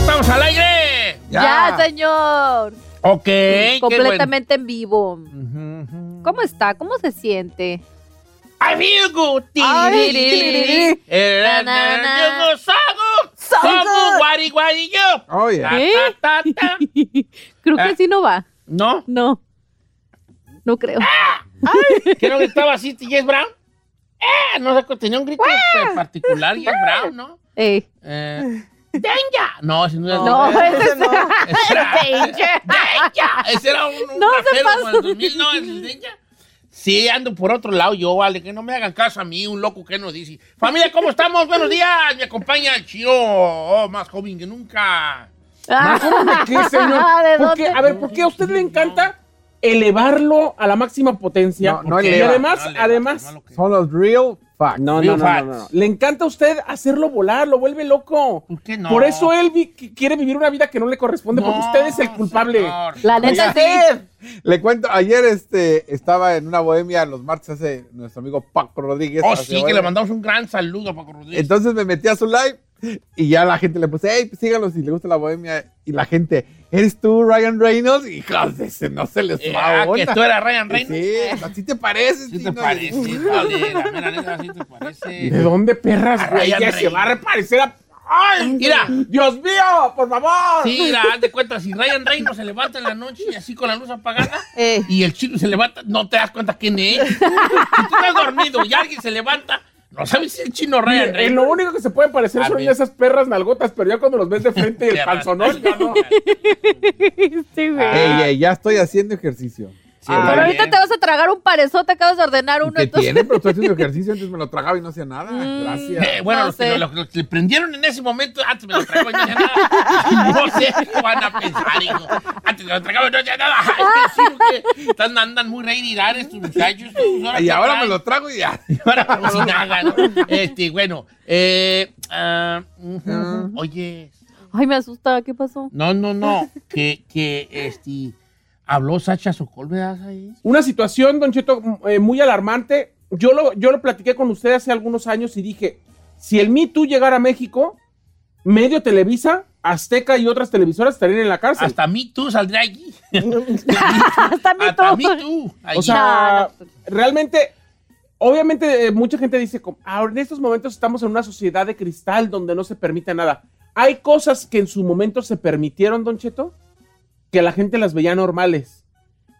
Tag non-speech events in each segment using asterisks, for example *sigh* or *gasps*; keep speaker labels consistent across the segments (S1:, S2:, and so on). S1: ¡Estamos al aire!
S2: Ya, señor.
S1: Ok, qué
S2: Completamente en vivo.
S1: bueno. Ujú, ujú.
S2: ¿Cómo está? ¿Cómo se siente?
S1: I feel good.
S2: Ay,
S1: Tiriri.
S2: tiriri.
S1: Eh,
S2: Na, na,
S1: na,
S2: na.
S1: yo go, sago,
S2: So
S1: sago,
S2: good.
S1: guari, guari, yo.
S3: Oh, yeah.
S2: ¿Eh?
S1: Ta, ta, ta.
S2: *laughs* Creo que
S1: Ah.
S2: sí no va.
S1: No,
S2: No. No creo.
S1: que no gritaba así Jess Brown. Eh, no sé, tenía un grito en particular Jess Brown, ¿no?
S2: Eh,
S1: Eh,
S2: *laughs*
S1: ¡Danger! No, Eh, ese no era
S2: No,
S1: *laughs*
S2: ese
S3: no.
S1: Ese
S2: *laughs*
S1: era-
S2: Danger.
S1: ¡Danger! *laughs* Ese era un, un
S2: No, se
S1: rapero como
S2: pasó.
S1: el 2000, no, el Danger. Sí, ando por otro lado yo, vale, que no me hagan caso a mí, un loco que nos dice. Familia, ¿cómo estamos? Buenos días, me acompaña el chino, oh, más joven que nunca.
S2: Ah,
S4: ¿Cómo de
S2: *laughs*
S4: qué, señor?
S2: Ah, ¿de
S4: ¿Por
S2: dónde?
S4: qué? A ver, ¿por qué a usted le encanta elevarlo a la máxima potencia?
S3: No, no
S4: y
S3: eleva,
S4: además,
S1: No, le-
S4: además,
S1: malo que-
S3: Son los real facts.
S4: no,
S1: Real
S4: no, no, no, no, no.
S1: facts.
S4: Le encanta a usted hacerlo volar, lo vuelve loco.
S1: ¿Por qué no?
S4: Por eso él vi- que quiere vivir una vida que no le corresponde, porque
S1: No,
S4: usted es el culpable.
S1: señor.
S2: La neta sí.
S3: Le cuento, ayer este, estaba en una bohemia los martes hace nuestro amigo Paco Rodríguez.
S1: Oh,
S3: hace
S1: sí, que
S3: bohemia.
S1: le mandamos un gran saludo a Paco Rodríguez.
S3: Entonces me metí a su live y ya la gente le puse, hey, síganlo si le gusta la bohemia. Y la gente, ¿eres tú Ryan Reynolds? Y hijos, ese no se les
S1: Eh,
S3: va
S1: ah, que
S3: onda.
S1: tú eras Ryan Reynolds.
S3: Sí, así te pareces.
S1: ¿Sí te
S3: Tino?
S1: parece? Vale, la mera neta, sí te parece.
S4: ¿De dónde perras, güey?
S1: Ryan
S4: Ya se
S1: Reynolds.
S4: va a reparecer a... ¡Ay!
S1: Mira,
S4: ¡Dios mío! ¡Por favor!
S1: Sí, mira, haz de cuenta, si Ryan Reynolds se levanta en la noche y así con la luz apagada
S2: Eh.
S1: y el chico se levanta, no te das cuenta quién es. Si tú estás dormido y alguien se levanta, no sabes si es el chino
S4: Mira,
S1: Ryan
S4: eh, lo
S1: Reynolds.
S4: único que se pueden parecer
S1: A
S4: son
S1: ver.
S4: esas perras nalgotas, pero ya cuando
S1: *laughs*
S4: los ves de frente y el panzonón, ya no.
S2: sí, Este güey.
S3: Ey, ey, ya estoy haciendo ejercicio.
S1: Ah,
S2: Pero ahorita te vas a tragar un parezote, acabas de ordenar uno.
S3: ¿Qué
S2: entonces-
S3: tiene? Pero estoy haciendo ejercicio, antes me lo tragaba y no hacía nada. Gracias.
S1: *laughs* Eh, bueno,
S2: No
S1: los, que,
S2: sé.
S1: los- los que prendieron en ese momento, antes me lo traigo yo ya nada. No sé qué van a pensar, hijo. Antes me lo traigo yo ya nada. Ay, qué chido que están, andan muy reirirar estos muchachos. estos,
S3: Y
S1: qué
S3: ahora me
S1: traen.
S3: lo trago y ya.
S1: *laughs* Ahora como si nada, ¿no? Este, bueno, eh, ah, ujú. oye,
S2: *laughs* Ay, me asusta. ¿Qué pasó?
S1: no, no, no, que, que, este, habló Sacha Sokol, ¿verdad? ahí?
S4: Una situación, Don Cheto, m- eh, muy alarmante. Yo lo, yo lo platiqué con usted hace algunos años y dije, si el Me Too llegara a México, medio Televisa, Azteca y otras televisoras estarían en la cárcel.
S1: Hasta mí tú saldré allí.
S2: *laughs* Hasta mí
S1: Ah, Hasta mí
S2: todo.
S1: tú. allí.
S4: o sea,
S2: No, no.
S4: realmente, obviamente eh, mucha gente dice, como, "Ah, en estos momentos estamos en una sociedad de cristal donde no se permite nada. Hay cosas que en su momento se permitieron, Don Cheto, que la gente las veía normales.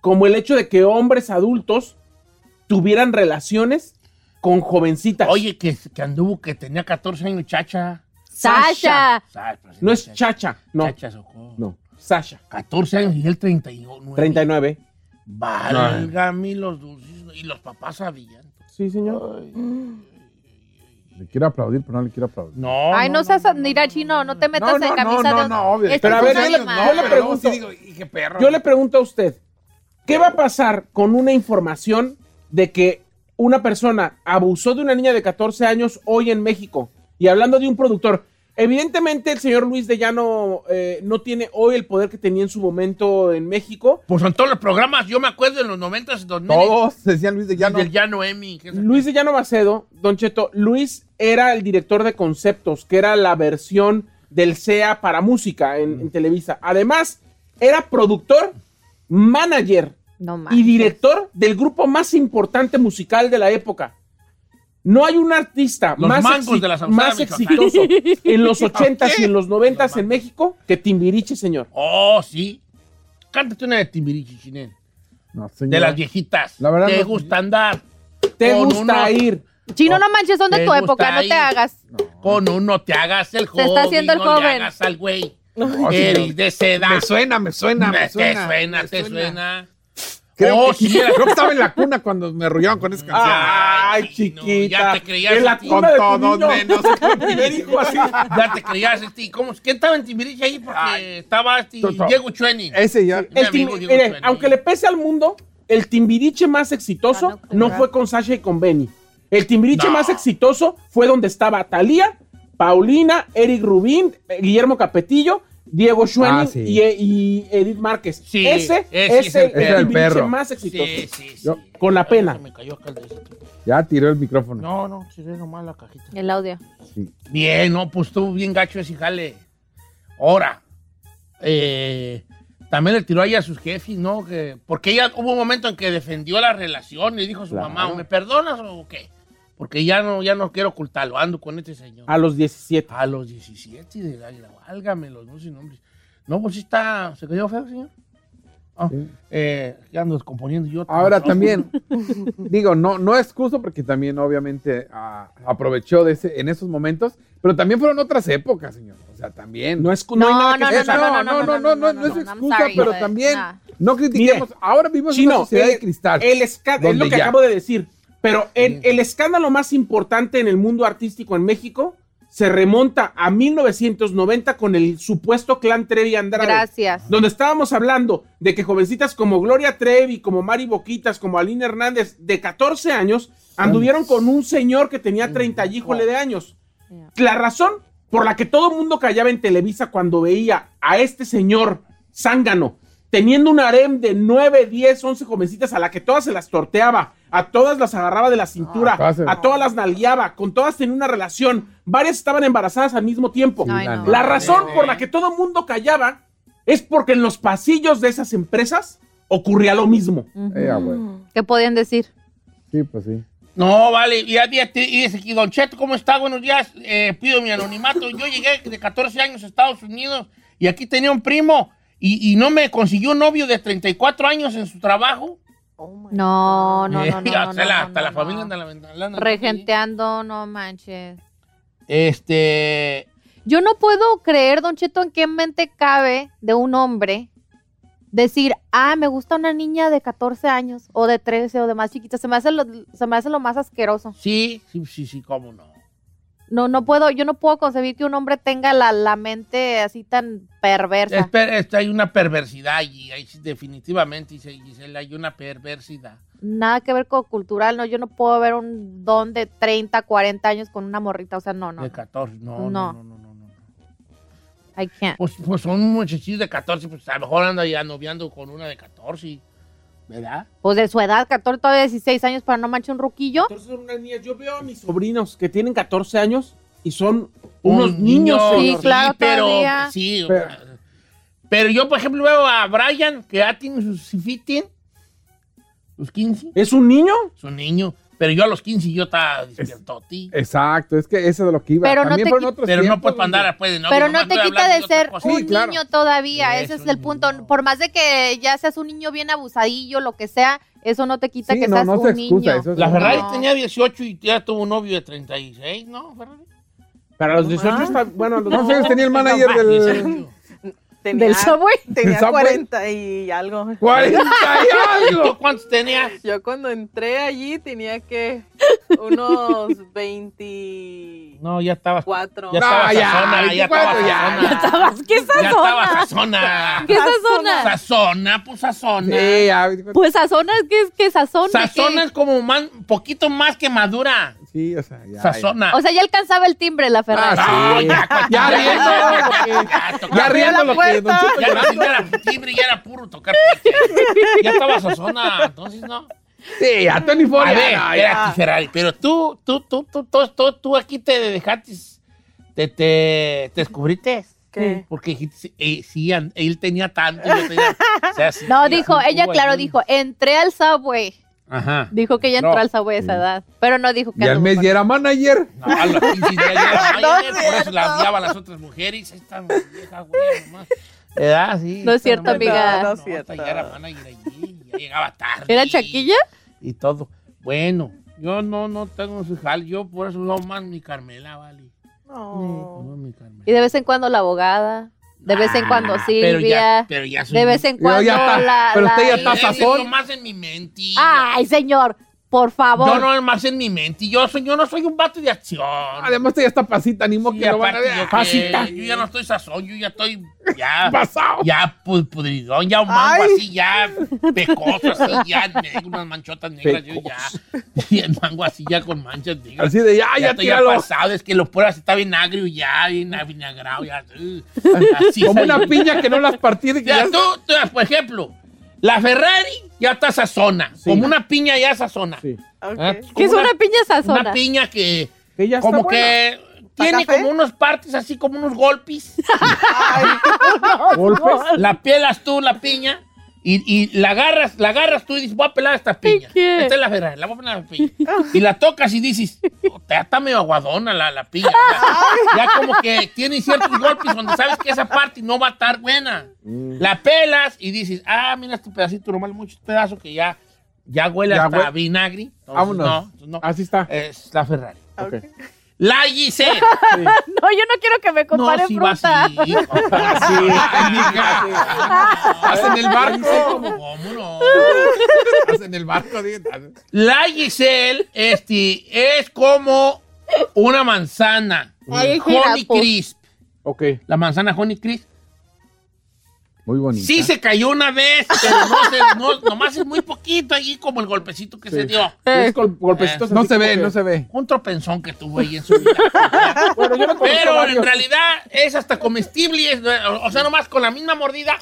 S4: Como el hecho de que hombres adultos tuvieran relaciones con jovencitas.
S1: oye, que, que anduvo, que tenía 14 años, chacha.
S2: Sasha.
S1: Sa- pero si
S4: No es Chacha, no.
S1: Chacha Sokol.
S4: No, Sasha,
S1: 14 años y él 39.
S4: 39.
S1: Válgame los dulces. Y los papás sabían.
S4: Sí, señor.
S3: Le quiero aplaudir, pero no le quiero aplaudir.
S1: No.
S2: Ay, no seas. Mira, chino, no te metas en camisa de. Este
S4: Pero a
S2: es
S4: ver,
S2: un
S4: yo le-
S2: animal.
S4: yo le pregunto.
S3: qué perro.
S4: Yo le pregunto a usted, ¿qué va a pasar con una información de que una persona abusó de una niña de 14 años hoy en México? Y hablando de un productor, evidentemente el señor Luis de Llano eh, no tiene hoy el poder que tenía en su momento en México.
S1: Pues en todos los programas, yo me acuerdo en los 90 y 2000.
S3: Todos decían Luis de Llano.
S1: Del Llano Emi. que es-
S4: Luis de Llano Macedo, Don Cheto, Luis era el director de conceptos, que era la versión del SEA para música en, en Televisa. Además, era productor, manager
S2: No mames.
S4: y director del grupo más importante musical de la época, No hay un artista
S1: Los
S4: más,
S1: mangos de la Samsara
S4: más
S1: de Michoacán.
S4: exitoso en
S1: *laughs*
S4: los 80s y en los
S1: Los
S4: 90s en
S1: mangos.
S4: México que Timbiriche, señor.
S1: Oh, sí. Cántate una de Timbiriche, Chinel.
S3: No,
S1: De
S3: señora.
S1: las viejitas.
S3: La verdad
S1: Te
S3: no-
S1: gusta andar.
S4: Te
S1: Con
S4: gusta
S1: uno-
S4: ir.
S2: Chino, no manches, son
S1: Te
S2: de tu
S1: gusta
S2: época, no
S1: ahí.
S2: te hagas.
S1: Con uno te hagas el
S2: Te
S1: joven.
S2: está haciendo el
S1: no
S2: joven.
S1: Te hagas al güey.
S3: sí,
S1: Eres
S3: no.
S1: de seda.
S3: Me suena, me suena, me
S1: Te
S3: suena.
S1: suena,
S3: me
S1: te suena.
S3: Creo,
S1: Oh,
S3: que,
S1: sí, era-
S3: creo que estaba en la cuna cuando me arrullaban con esa canción.
S4: Ay,
S1: Ay,
S4: chiquita.
S1: no, ya te creías
S4: En la
S1: a ti.
S4: Ah, cuna
S3: con
S4: de
S3: todo
S4: tu niño. *laughs*
S3: menos.
S4: Primer hijo así.
S1: Ya te creías, este. ¿Cómo? ¿Quién estaba en Timbiriche ahí? Porque estaba este,
S3: to- to-
S1: Diego Chuenin.
S3: Ese ya.
S1: Mi
S4: El
S1: amigo
S4: Timbi-
S1: Diego
S4: mire,
S1: Chuenin.
S4: aunque le pese al mundo, el timbiriche más exitoso
S2: Ah, no,
S4: no
S2: claro.
S4: fue con Sasha y con Benny. El timbiriche
S1: No.
S4: más exitoso fue donde estaba Thalía, Paulina, Eric Rubín, eh, Guillermo Capetillo, Diego Schwenning
S3: Ah, sí.
S4: y, e- y Edith Márquez.
S1: Sí,
S4: ese,
S1: ese
S4: es el,
S3: es el
S4: timbiriche
S3: perro.
S4: más exitoso.
S1: Sí, sí, sí.
S3: Yo-
S4: Con la pena.
S1: Ay, me cayó acá el de-
S3: Ya tiró el micrófono.
S1: No, no, tiré nomás la cajita.
S2: El audio.
S3: Sí.
S1: Bien, no, pues estuvo bien gacho ese jale. Ahora, eh, también le tiró ahí a sus jefes, ¿no? Que, porque ella hubo un momento en que defendió la relación y dijo a su
S3: Claro.
S1: mamá, ¿me perdonas o qué? Porque ya no, ya no quiero ocultarlo, ando con este señor.
S4: A los 17.
S1: A los 17 de la vida, válgame los dos sin nombres. No, pues sí está, se cayó feo, señor. Ah,
S3: Sí.
S1: eh, ya ando descomponiendo yo.
S3: Ahora
S1: No,
S2: *laughs*
S3: también, digo, no, no es justo porque también obviamente ah, aprovechó de ese, en esos momentos, pero también fueron otras épocas, señor. O sea, también.
S4: No es
S2: No,
S4: hay
S2: no,
S4: nada que
S2: no,
S4: se-
S3: Es-
S2: no, no,
S3: no, no, no, no, no es
S2: no, no, I'm
S3: excusa,
S2: sorry,
S3: pero
S2: but
S3: también
S2: nah.
S3: no critiquemos.
S4: Mire,
S3: Ahora vivimos en
S4: Chino,
S3: una sociedad
S4: el-
S3: de cristal.
S4: El esca- es
S3: Donde
S4: lo que
S3: ya.
S4: acabo de decir. Pero el, el escándalo más importante en el mundo artístico en México se remonta a 1990 con el supuesto clan Trevi Andrade.
S2: Gracias.
S4: Donde estábamos hablando de que jovencitas como Gloria Trevi, como Mari Boquitas, como Aline Hernández, de 14 años, anduvieron con un señor que tenía 30 y híjole de años. La razón por la que todo el mundo callaba en Televisa cuando veía a este señor zángano teniendo un harem de 9, 10, 11 jovencitas a la que todas se las torteaba, a todas las agarraba de la cintura,
S3: Ah, pase.
S4: a todas las nalgueaba, con todas tenía una relación, varias estaban embarazadas al mismo tiempo.
S2: Ay, no.
S3: neta.
S4: La razón por la que todo el mundo callaba es porque en los pasillos de esas empresas ocurría lo mismo.
S3: Eh, ah, bueno.
S2: ¿Qué podían decir?
S3: Sí, pues sí.
S1: No, vale, y, ya- ya te- y dice aquí, Don Cheto, ¿cómo está? Buenos días, eh, pido mi anonimato. Yo llegué de 14 años a Estados Unidos y aquí tenía un primo y, y no me consiguió un novio de 34 años en su trabajo.
S2: No,
S1: *laughs*
S2: no, no,
S1: Eh,
S2: no, no,
S1: o sea, la-
S2: no,
S1: hasta
S2: no,
S1: la
S2: no.
S1: familia anda la ventanada.
S2: Regenteando, no manches.
S1: Este,
S2: Yo no puedo creer, Don Cheto, en qué mente cabe de un hombre decir, ah, me gusta una niña de 14 años o de 13 o de más chiquita. Se me hace lo, se me hace lo más asqueroso.
S1: sí, sí, sí, sí, cómo no.
S2: No, no puedo, yo no puedo concebir que un hombre tenga la, la mente así tan perversa.
S1: Espe- este, hay una perversidad allí, ahí sí, definitivamente, dice Gisela, hay una perversidad.
S2: Nada que ver con cultural, no, yo no puedo ver un don de 30, 40 años con una morrita, o sea, no, no,
S1: De
S2: no.
S1: 14, no, no,
S2: No.
S1: no, no, no. no.
S2: I can't.
S1: Pues, pues son muchachitos de 14, pues a lo mejor anda ya noviando con una de 14, ¿verdad?
S2: Pues de su edad, 14, todavía 16 años, para no manchar un ruquillo.
S4: Entonces son unas niñas, yo veo a mis sobrinos que tienen 14 años y son unos niños.
S2: Sí,
S4: señor.
S2: claro,
S1: pero
S2: todavía.
S1: sí.
S3: Pero-
S1: Pero yo, por ejemplo, veo a Brian, que ya tiene sus 15, sus 15,
S4: ¿Es un niño?
S1: su niño, pero yo a los 15 yo estaba despierto,
S3: Exacto, es que eso es de lo que iba.
S2: Pero no
S3: también
S2: te
S3: fueron
S2: qui-
S3: otros
S1: Pero no
S3: tiempos
S1: puedes
S3: donde-
S1: andar pues, de novio,
S2: Pero
S1: nomás
S2: no te
S1: estoy
S2: quita
S1: hablando
S2: de
S1: otra
S2: ser
S1: cosa.
S2: un
S3: Sí, claro.
S2: niño todavía,
S1: Sí,
S2: ese
S1: es
S2: es el
S1: un
S2: punto.
S1: niño.
S2: Por más de que ya seas un niño bien abusadillo, lo que sea, eso no te quita
S3: Sí,
S2: que
S3: no,
S2: seas
S3: no
S2: un
S3: se
S2: niño. *laughs*
S3: excusa, eso es-
S1: La Ferrari
S2: No.
S1: tenía 18 y ya tuvo un novio de 36, ¿no, Ferrari?
S4: Para los 18 está, bueno, a los
S3: ¿Cuántos años tenía el manager
S1: No,
S3: del.?
S1: 18.
S5: Tenía,
S2: ¿Del Subway?
S5: Tenía
S3: ¿Del Subway?
S5: 40 y algo.
S3: 40 y
S1: ¿Tú
S3: *laughs* algo.
S1: cuántos tenías?
S5: Yo cuando entré allí tenía *laughs* que unos 24.
S1: No, ya estabas. Ya
S5: No,
S1: estaba
S3: No, ya,
S1: sazona, ya
S3: 24
S1: estaba
S3: ya.
S1: sazona.
S3: Ya
S2: ¿Qué es
S1: Ya estaba sazona.
S2: ¿Qué es
S5: Sazona.
S2: sazona?
S1: Sazona, pues sazona.
S3: Sí, ya,
S2: Pues sazona, ¿qué es que sazona?
S1: Sazona
S2: ¿Qué?
S1: es como más, poquito más que madura.
S3: sí, o sea, ya.
S1: Sazona.
S2: O sea, ya alcanzaba el timbre la Ferrari.
S3: Ah, sí. Ya riendo. porque- Ya riendo lo que Don Cheto
S1: Ya no
S3: llorando.
S1: era timbre, ya era puro tocar. puerta. Ya estaba sazona, entonces no.
S3: Sí, ya Tony
S1: A
S3: Ford. Oh, ya,
S1: ver,
S3: no, ya.
S1: espérate, Ferrari, pero tú, tú, tú, tú, tú, tú, tú aquí te dejaste, te, te, te descubriste.
S5: ¿Qué?
S1: Porque dijiste, eh, sí, an- él tenía tanto, yo tenía... o sea, sí,
S2: *laughs* No,
S3: Ah,
S1: sí,
S2: dijo,
S1: sí,
S2: ella
S1: hubo
S2: claro
S1: ahí un-
S2: dijo, entré al Subway.
S1: Ajá.
S2: Dijo que ya entró
S1: No.
S2: al Subway a esa edad. Pero no dijo que
S3: Y
S2: a
S3: al
S2: lo
S3: mes
S2: mejor-
S3: ya era manager.
S1: No, a Ah, la pinche idea
S2: *laughs*
S1: ya era
S5: No
S1: mayor,
S5: es
S1: por eso la
S5: cierto.
S1: odiaba a las otras mujeres. Esta vieja, güey, nomás. Edad, sí.
S2: No es
S1: esta
S2: cierto,
S1: nomás-
S2: amiga.
S1: No,
S5: No, no es
S1: esta
S5: cierto.
S1: Ya era manager allí, ya llegaba tarde.
S2: ¿Era Chaquilla?
S1: Y todo. Bueno, yo no, no tengo su jal, yo por eso no más mi Carmela, vale.
S5: No.
S1: No, mi Carmela.
S2: Y de vez en cuando la abogada. Oh. De vez en cuando
S1: Ah,
S2: Silvia.
S1: Pero ya, pero ya soy
S2: de vez en
S3: Yo ya
S2: cuando
S3: está-
S2: la.
S3: pero usted ya
S2: la-
S3: está
S1: Ese es
S3: sazón.
S1: nomás en mi mente.
S2: Ay, señor, por favor.
S1: Yo no es más en mi mente. Yo, soy, yo no soy un vato de acción.
S3: Además, ya está pasita, ni modo
S1: Sí,
S3: que Ah, lo van a
S1: aparte,
S3: ver. Ah,
S1: yo,
S3: Pasita.
S1: que- yo ya no estoy sazón, yo ya estoy
S3: *laughs*
S1: ya,
S3: Pasado.
S1: ya pu- pudridón, ya un mango
S5: Ay.
S1: así, ya pecoso,
S3: *laughs*
S1: así, ya negro, unas manchotas negras, yo ya. *laughs* Y el mango así ya con manchas negras.
S3: Así de ya, ya,
S1: estoy
S3: tíralo.
S1: pasado, es que lo pruebas está bien agrio ya, bien avinagrado,
S3: *laughs*
S1: ya. uh, así
S3: Como
S1: soy
S3: una
S1: yo.
S3: piña que no las partí. de
S1: *laughs*
S3: que
S1: Ya
S3: ya-
S1: tú, tú, por ejemplo, la Ferrari ya está sazona, como una piña ya sazona.
S4: Sí.
S1: ¿Eh?
S2: ¿Qué es
S1: Como
S2: una piña sazona?
S1: Una piña que
S4: *laughs* Que ya está
S1: como
S4: buena.
S1: que
S5: ¿Pa'
S1: tiene
S5: café?
S1: como unos partes así como unos golpes.
S2: *laughs*
S4: Golpes. *laughs*
S1: la pelas tú la piña y, y la agarras, la agarras tú y dices, voy a pelar esta piña.
S2: qué?
S1: Esta es la Ferrari, la voy a pelar la piña. y la tocas y dices, "Puta, ya está medio aguadona la, la piña. Ya, ya como que tiene ciertos golpes donde sabes que esa parte no va a estar buena.
S3: Mm.
S1: La pelas y dices, ah, mira este pedacito, normal, mucho pedazo que ya, ya huele
S3: Ya
S1: hasta
S3: hue-
S1: vinagre. Entonces,
S3: Vámonos.
S1: No, entonces no.
S3: Así está.
S1: Es la Ferrari.
S2: Ah,
S5: Ok.
S1: La
S2: *laughs*
S1: Giselle.
S2: No, yo no quiero que me comparen
S1: no, *laughs* sí va
S2: fruta.
S1: así. Sí,
S3: Hacen el barco.
S1: ¿Cómo no?
S3: Hacen el barco. digan.
S1: La Giselle este, es como una manzana.
S2: Ay,
S1: Honey
S2: jirapo.
S1: Crisp.
S4: Ok.
S1: La manzana Honey Crisp.
S3: Muy bonito.
S1: Sí se cayó una vez, pero no se, no- nomás es muy poquito allí como el golpecito que se dio.
S4: Es gol- golpecitos
S3: No
S4: así
S3: se
S4: como
S3: ve,
S4: que-
S3: no se ve.
S1: Un tropenzón que tuvo ahí en su vida.
S2: *laughs*
S4: Bueno, yo no conozco
S1: Pero en
S4: varios.
S1: realidad es hasta comestible. y es- o sea, nomás con la misma mordida,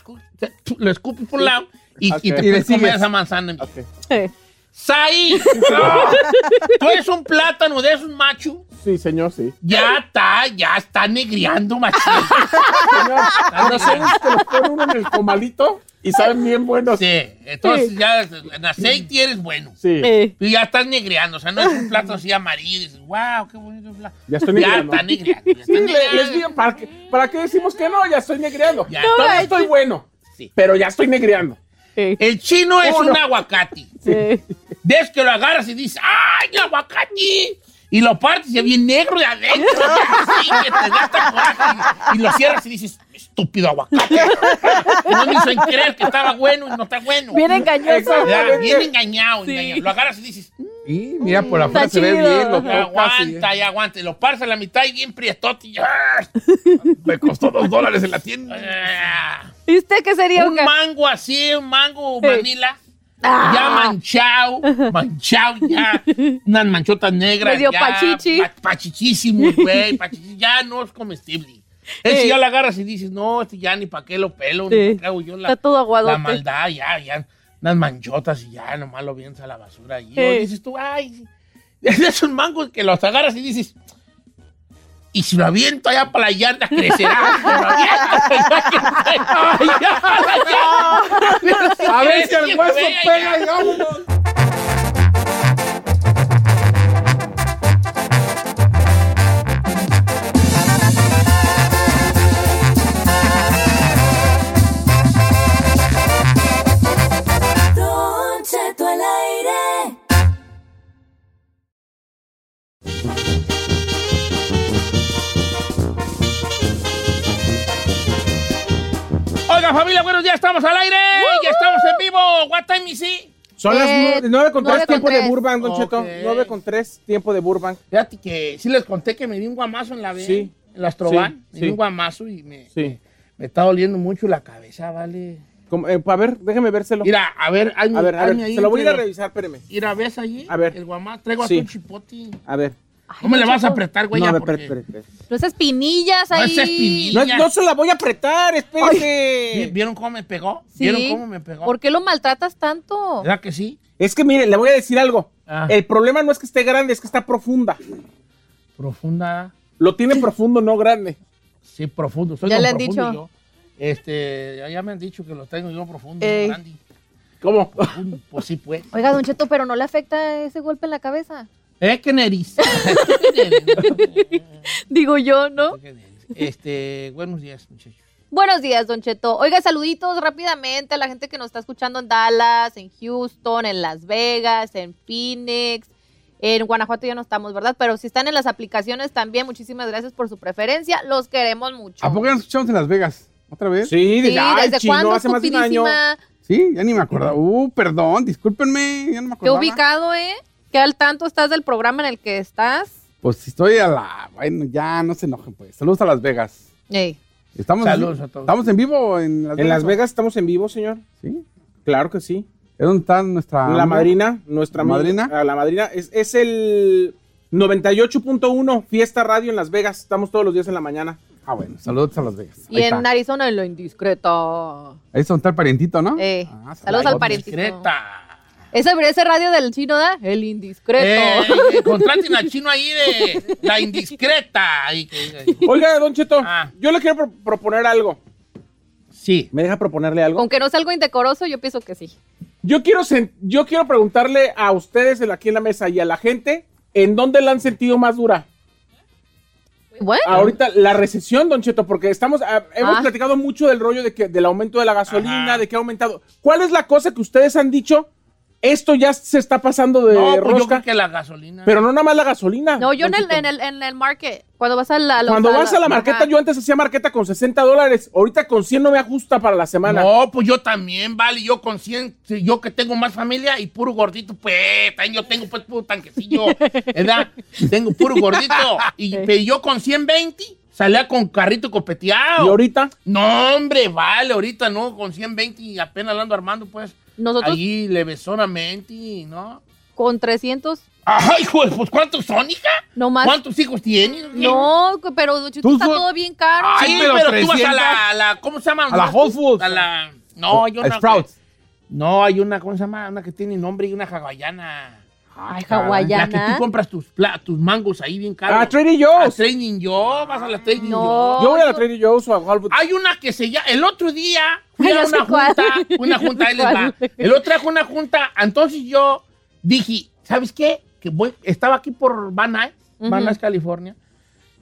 S1: lo escupes por un lado y, y
S4: Ok.
S1: te
S3: Y le
S1: puedes comer
S3: sigues.
S1: esa manzana.
S4: Ok.
S1: ¡Sai!
S4: *laughs*
S1: Tú eres un plátano de esos macho.
S4: Sí, señor, sí.
S1: Ya está, ya está negreando,
S4: *laughs*
S1: machín.
S4: Señor, ¿no sabes que los pone uno en el comalito y saben bien buenos? Sí.
S1: Sí, entonces ya en aceite eres bueno.
S2: Eh,
S1: Y ya estás negreando, o sea, no es un plato así amarillo. Dices, wow, qué bonito plato.
S4: Ya estoy
S1: Ya
S4: negreando.
S1: está negreando. Ya está
S4: *laughs* Sí, le-
S1: negreando.
S4: les digo, ¿para qué, ¿para qué decimos que no? Ya estoy negreando.
S1: Ya.
S4: Todavía
S2: No,
S4: estoy bueno,
S1: Sí.
S4: pero ya estoy negreando.
S2: eh,
S1: El chino es
S4: Oh, no.
S1: un aguacate.
S2: eh.
S1: Ves que lo agarras y dices, ¡ay, el aguacate! Y lo partes y es bien negro de adentro. así que te da hasta coraje. Y lo cierras y dices, estúpido aguacate. No me hizo creer que estaba bueno y no está bueno.
S2: Bien engañoso.
S1: Ya,
S4: Exactamente.
S1: bien engañado, engañado. Lo agarras y dices,
S3: Y mira,
S1: Mm,
S3: por afuera
S2: Está
S3: se ve
S2: chido.
S3: bien. Lo
S1: "Ya
S3: tocas y-
S2: eh.
S1: aguanta y aguanta. Y lo partes a la mitad y bien prietote. y, ¡ah!
S3: Me costó dos dólares en la tienda.
S1: Ah.
S2: ¿Viste que sería
S1: Un
S2: un
S1: mango así, un mango
S2: Sí.
S1: manila.
S2: Ah.
S1: Ya manchao, manchao ya, unas manchotas negras.
S2: Medio
S1: ya,
S2: pachichi.
S1: pa- pachichísimo, güey, pachichi, ya no es comestible. Ese
S2: Sí.
S1: ya la agarras y dices, no, este ya ni pa' qué lo pelo,
S2: Sí.
S1: ni pa' qué hago yo la,
S2: Está todo
S1: la
S2: aguadote.
S1: maldad, ya, ya, unas manchotas y ya, nomás lo vienes a la basura. Y
S2: Sí.
S1: dices tú, ay, *laughs* es un mango que los agarras y dices, y si lo aviento allá para la yarda, crecerá. Si lo aviento *laughs* allá para la yarda, crecerá.
S3: A ver si el hueso pega y vámonos.
S6: Don Cheto al aire.
S1: Oiga, familia, buenos días, estamos al aire. Ya estamos en vivo. What time is it?
S4: Son las
S2: Eh,
S4: 9, 9 con 3,
S2: nueve con
S4: tiempo
S2: tres.
S4: de Burbank, Don
S1: Ok.
S4: Cheto. 9 con 3, tiempo de Burbank.
S1: Fíjate que sí les conté que me di un guamazo en la B,
S4: Sí.
S1: en la Astroban.
S4: Sí,
S1: Me di
S4: sí.
S1: un guamazo y me,
S4: Sí.
S1: me está doliendo mucho la cabeza, ¿vale?
S4: Como, eh, a ver, déjeme vérselo.
S1: Mira, a ver, hazme,
S4: a ver, a
S1: hazme
S4: ver,
S1: ahí
S4: se lo voy a ir a
S1: entre los-
S4: revisar, espéreme.
S1: Mira, ¿ves allí?
S4: A ver.
S1: El guamazo. Traigo
S4: Sí.
S1: hasta un chipote.
S4: A ver.
S1: No me le vas a apretar, güey,
S4: no,
S1: ya,
S4: a ver,
S1: porque-
S4: espere, espere, espere.
S2: No esas pinillas
S1: No
S2: ahí.
S1: esas pinillas.
S4: No,
S1: Ya.
S4: no se la voy a apretar, espérese.
S1: ¿Vi- ¿Vieron cómo me pegó?
S2: Sí.
S1: ¿Vieron cómo me pegó?
S2: ¿Por qué lo maltratas tanto?
S1: ¿Verdad que sí?
S4: Es que mire, le voy a decir algo.
S1: Ah.
S4: El problema no es que esté grande, es que está profunda.
S1: Profunda.
S4: Lo tiene profundo, no grande.
S1: Sí, profundo. Soy
S2: Ya
S1: don
S2: le han
S1: profundo
S2: dicho.
S1: yo. Este, ya me han dicho que lo tengo yo profundo,
S5: Ey.
S1: Randy.
S4: ¿Cómo?
S1: Un- Pues sí, pues.
S2: Oiga, Don Cheto, pero no le afecta ese golpe en la cabeza.
S1: ¿Eh? ¿Qué nariz? *laughs* ¿Qué
S2: Digo yo, ¿no?
S1: nariz? este, buenos días, muchachos.
S2: Buenos días, Don Cheto. Oiga, saluditos rápidamente a la gente que nos está escuchando en Dallas, en Houston, en Las Vegas, en Phoenix. En Guanajuato ya no estamos, ¿verdad? Pero si están en las aplicaciones también, muchísimas gracias por su preferencia. Los queremos mucho.
S3: ¿A poco ya nos escuchamos en Las Vegas? ¿Otra vez? Sí,
S4: Sí,
S2: Sí,
S4: dice, ay,
S2: ¿desde
S4: chino,
S2: cuándo,
S4: hace más de un año.
S2: estupidísima?
S3: ya ni me acordaba. Uh, perdón, discúlpenme, ya no me
S2: Qué
S3: acordaba.
S2: ubicado, ¿eh? ¿Qué al tanto estás del programa en el que estás?
S3: Pues si estoy a la... Bueno, ya no se enojen, pues. Saludos a Las Vegas.
S2: Ey.
S3: Estamos,
S1: Saludos a todos.
S3: ¿Estamos en vivo en Las Vegas?
S4: En Las Vegas estamos en vivo, señor.
S3: Sí.
S4: Claro que sí.
S3: ¿Es donde está nuestra...
S4: La madrina, nuestra
S3: ¿La
S4: amiga-
S3: madrina?
S4: a la madrina es, es el 98.1 Fiesta Radio en Las Vegas. Estamos todos los días en la *laughs* mañana.
S3: Ah, bueno, saludos a Las Vegas.
S2: Y en
S3: está.
S2: Arizona, en lo
S4: Ah,
S2: indiscreto.
S3: Ahí es donde está el parientito, ¿no?
S2: Ey.
S3: Ah,
S2: Saludos al parentito.
S1: Discreta.
S2: Ese, ese radio del chino, ¿da? El indiscreto.
S1: Eh, eh, contraten al chino ahí de la indiscreta. Y que-
S4: Oiga, Don Cheto,
S1: Ah.
S4: yo le quiero pro- proponer algo.
S1: Sí.
S4: ¿Me deja proponerle algo?
S2: Con que no es algo indecoroso, yo pienso que sí.
S4: Yo quiero, sen- yo quiero preguntarle a ustedes en- aquí en la mesa y a la gente en dónde la han sentido más dura.
S2: Bueno,
S4: Ahorita la recesión, Don Cheto, porque estamos ah, hemos
S2: ¿Eh? Ah.
S4: platicado mucho del rollo de que del aumento de la gasolina,
S1: Ajá.
S4: de que ha aumentado. ¿Cuál es la cosa que ustedes han dicho? Esto ya se está pasando de
S1: No, pues yo
S4: Eh, rosca,
S1: creo que la gasolina.
S4: pero no nada más la gasolina.
S2: no, yo en
S4: Don
S2: el,
S4: Cheto.
S2: en, el, en el market, cuando vas a la...
S4: Cuando vas a la marqueta,
S2: ajá.
S4: yo antes hacía marqueta con 60 dólares. Ahorita con 100 no me ajusta para la semana.
S1: No, pues yo también, vale, yo con 100, sí, yo que tengo más familia y puro gordito, pues, también yo tengo pues puro
S4: *laughs*
S1: tanquecillo, ¿verdad? Tengo puro gordito. Y pero yo con 120 salía con carrito
S4: Y
S1: copeteado.
S4: ahorita,
S1: No, hombre, vale, ahorita no, con 120 y apenas la ando armando, pues,
S2: Nosotros
S1: ahí levesonamente, ¿no?
S2: con 300,
S1: Ay, hijo, pues, ¿cuántos son, hija?
S2: no más.
S1: ¿Cuántos hijos tienes?
S2: No, pero Don Cheto,
S3: Tú
S2: está
S3: su-
S2: todo bien caro.
S1: Ay,
S3: Sí,
S1: pero,
S3: pero
S1: tú vas a
S3: 300.
S1: la, a la- ¿cómo se llama?
S3: A la Whole Foods.
S1: A la,
S4: Oh,
S1: no, hay una.
S3: Sprouts.
S1: No, hay una, ¿cómo se llama? Una que tiene nombre y una hawaiana.
S2: Ay,
S1: La que tú
S2: hawaiana.
S1: compras tus, pla- tus mangos ahí bien caros.
S3: Ah,
S4: a Trader
S1: A
S4: Joe's.
S1: Training yo, vas a la Training
S2: No.
S1: yo.
S4: Yo voy a la Trader Joe's o a Whole Foods.
S1: Hay una que se llama, el otro día fui
S2: Ay,
S1: a
S2: ya sé
S1: una
S2: cuál.
S1: junta, una junta, ahí les va.
S2: *laughs* ¿Cuál?
S1: El otro día fue una junta, entonces yo dije, ¿sabes qué? Que voy, estaba aquí por Van Nuys, Van
S2: Ujú.
S1: Nuys, California.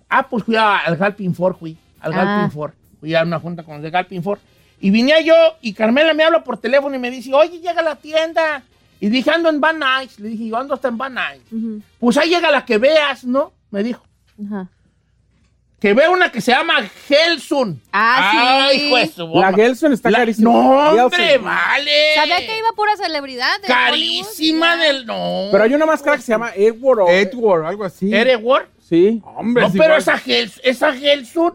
S1: Ah, pues fui a- al Galpin Ford, fui, al
S2: Ah.
S1: Galpin Ford. Fui a una junta con los de Galpin Ford. Y vine yo, y Carmela me habla por teléfono y me dice, oye, llega a la tienda. Y dije, ando en Van Nuys. Le dije, yo ando hasta en Van Nuys.
S2: Ujú,
S1: Pues ahí llega la que veas, ¿no? Me dijo.
S2: ajá.
S1: Que veo una que se llama Gelsun.
S2: Ah, sí.
S1: Ay, pues,
S4: La Gelson está
S1: La-
S4: carísima.
S1: No,
S4: Gelson.
S1: hombre, vale.
S2: Sabía que iba pura celebridad. de
S1: Carísima
S2: Hollywood,
S1: del. No.
S4: Pero hay una más cara que se llama Edward. o-
S3: Edward, algo así.
S1: ¿Eres Word?
S4: Sí.
S3: Hombre,
S1: No,
S3: es
S1: pero
S3: igual.
S1: esa, Gel, esa Gelsun,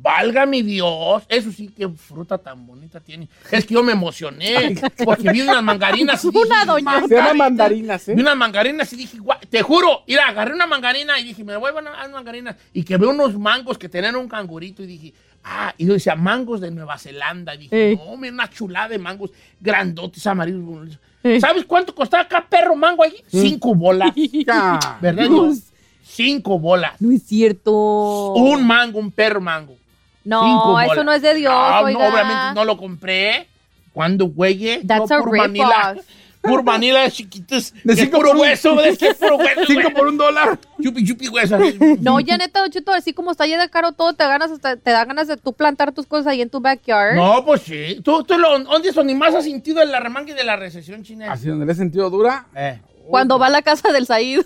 S1: valga mi Dios. Eso sí, qué fruta tan bonita tiene. Es que yo me emocioné porque vi unas mangarinas. y dije,
S2: Una doñota.
S4: Se llama
S1: "Mangarinas".
S4: mandarinas, ¿eh?
S1: Vi unas mangarinas y dije, "Guau", te juro, mira, agarré una mangarina y dije, me voy a una una mangarina. Y que veo unos mangos que tenían un cangurito y dije, ah, y yo decía, mangos de Nueva Zelanda. Y dije,
S2: Ey.
S1: no, mira, una chulada de mangos grandotes, amarillos. bonitos".
S2: Ey.
S1: ¿Sabes cuánto costaba cada perro mango allí? Cinco bolas.
S3: Ya.
S1: ¿Verdad?
S2: *laughs*
S1: yo? Cinco bolas.
S2: No es cierto.
S1: Un mango, un perro mango.
S2: No,
S1: Cinco
S2: eso
S1: bolas.
S2: no es de Dios,
S1: Ah, no,
S2: oiga.
S1: obviamente no lo compré. Cuando güey,
S2: That's a
S1: por
S2: rip-off.
S1: manila, por manila de chiquitos,
S3: De
S1: de
S3: cinco
S1: puro
S3: por un-
S1: hueso, es que es
S3: *laughs*
S1: puro hueso.
S3: Cinco
S1: güey.
S3: por un dólar.
S1: Yupi, yupi, hueso.
S2: *laughs* No, ya neta, Don Cheto, así como está ya de caro todo, te ganas hasta- te da ganas de tú plantar tus cosas ahí en tu backyard.
S1: No, pues sí. ¿Tú, tú lo, dónde son ni más has sentido el arremangue de la recesión china?
S3: Así donde le he sentido dura.
S1: Eh.
S2: Cuando va a la casa del Said.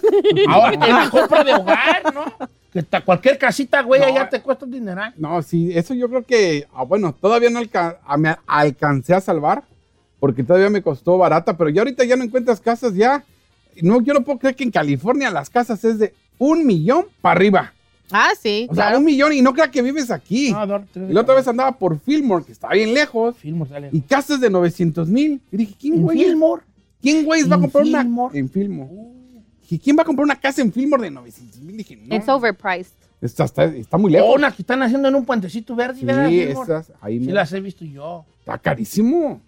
S1: Ahora que la compra de hogar, ¿no? Que ta- cualquier casita, güey,
S3: No.
S1: allá te cuesta un dineral.
S3: No, sí, eso yo creo que, ah, bueno, todavía no alca- a- me alcancé a salvar porque todavía me costó barata, pero ya ahorita ya no encuentras casas ya. No, yo no puedo creer que en California las casas es de un millón para arriba.
S2: Ah, sí,
S3: O sea, un millón y no creas que vives aquí.
S1: No, dos, tres,
S3: y la otra vez andaba por Fillmore, que está bien lejos,
S1: Fillmore, dale.
S3: y casas de 900 mil. Y dije, ¿quién
S1: ¿En
S3: güey?
S1: Fillmore?
S3: ¿Quién güey va a
S1: ¿En
S3: comprar
S1: Fillmore?
S3: una? En Fillmore. Dije, ¿quién va a comprar una casa en Fillmore de 900 mil? Dije, no.
S2: It's overpriced.
S3: Esta está, está muy
S1: O
S3: lejos.
S1: unas que están haciendo en un puentecito verde,
S3: sí,
S1: ¿verdad? Fillmore?
S3: estas, ahí
S1: Sí
S3: mero.
S1: las he visto yo.
S3: Está carísimo.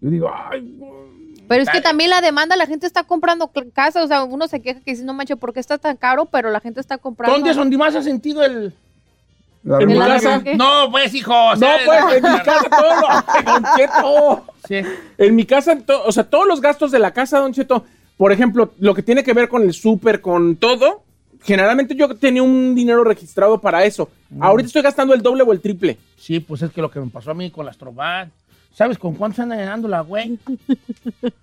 S3: Yo digo, ay, güey.
S2: Pero es que
S1: Dale.
S2: también la demanda, la gente está comprando cl- casas, o sea, uno se queja que dice, no manches, ¿por qué está tan caro? Pero la gente está comprando.
S1: ¿Dónde es donde más has sentido el,
S3: La
S4: En mi
S3: hermana-
S4: casa.
S2: ¿Qué?
S1: No, pues, hijo.
S4: No,
S1: ¿sabes?
S4: pues, en mi casa todo lo- Don Cheto.
S1: Sí.
S4: En mi casa, to- o sea, todos los gastos de la casa, Don Cheto, por ejemplo, lo que tiene que ver con el súper, con todo, generalmente yo tenía un dinero registrado para eso. Ahorita estoy gastando el doble o el triple.
S1: Sí, pues es que lo que me pasó a mí con las trovadas. ¿Sabes con cuánto se anda llenando la güey?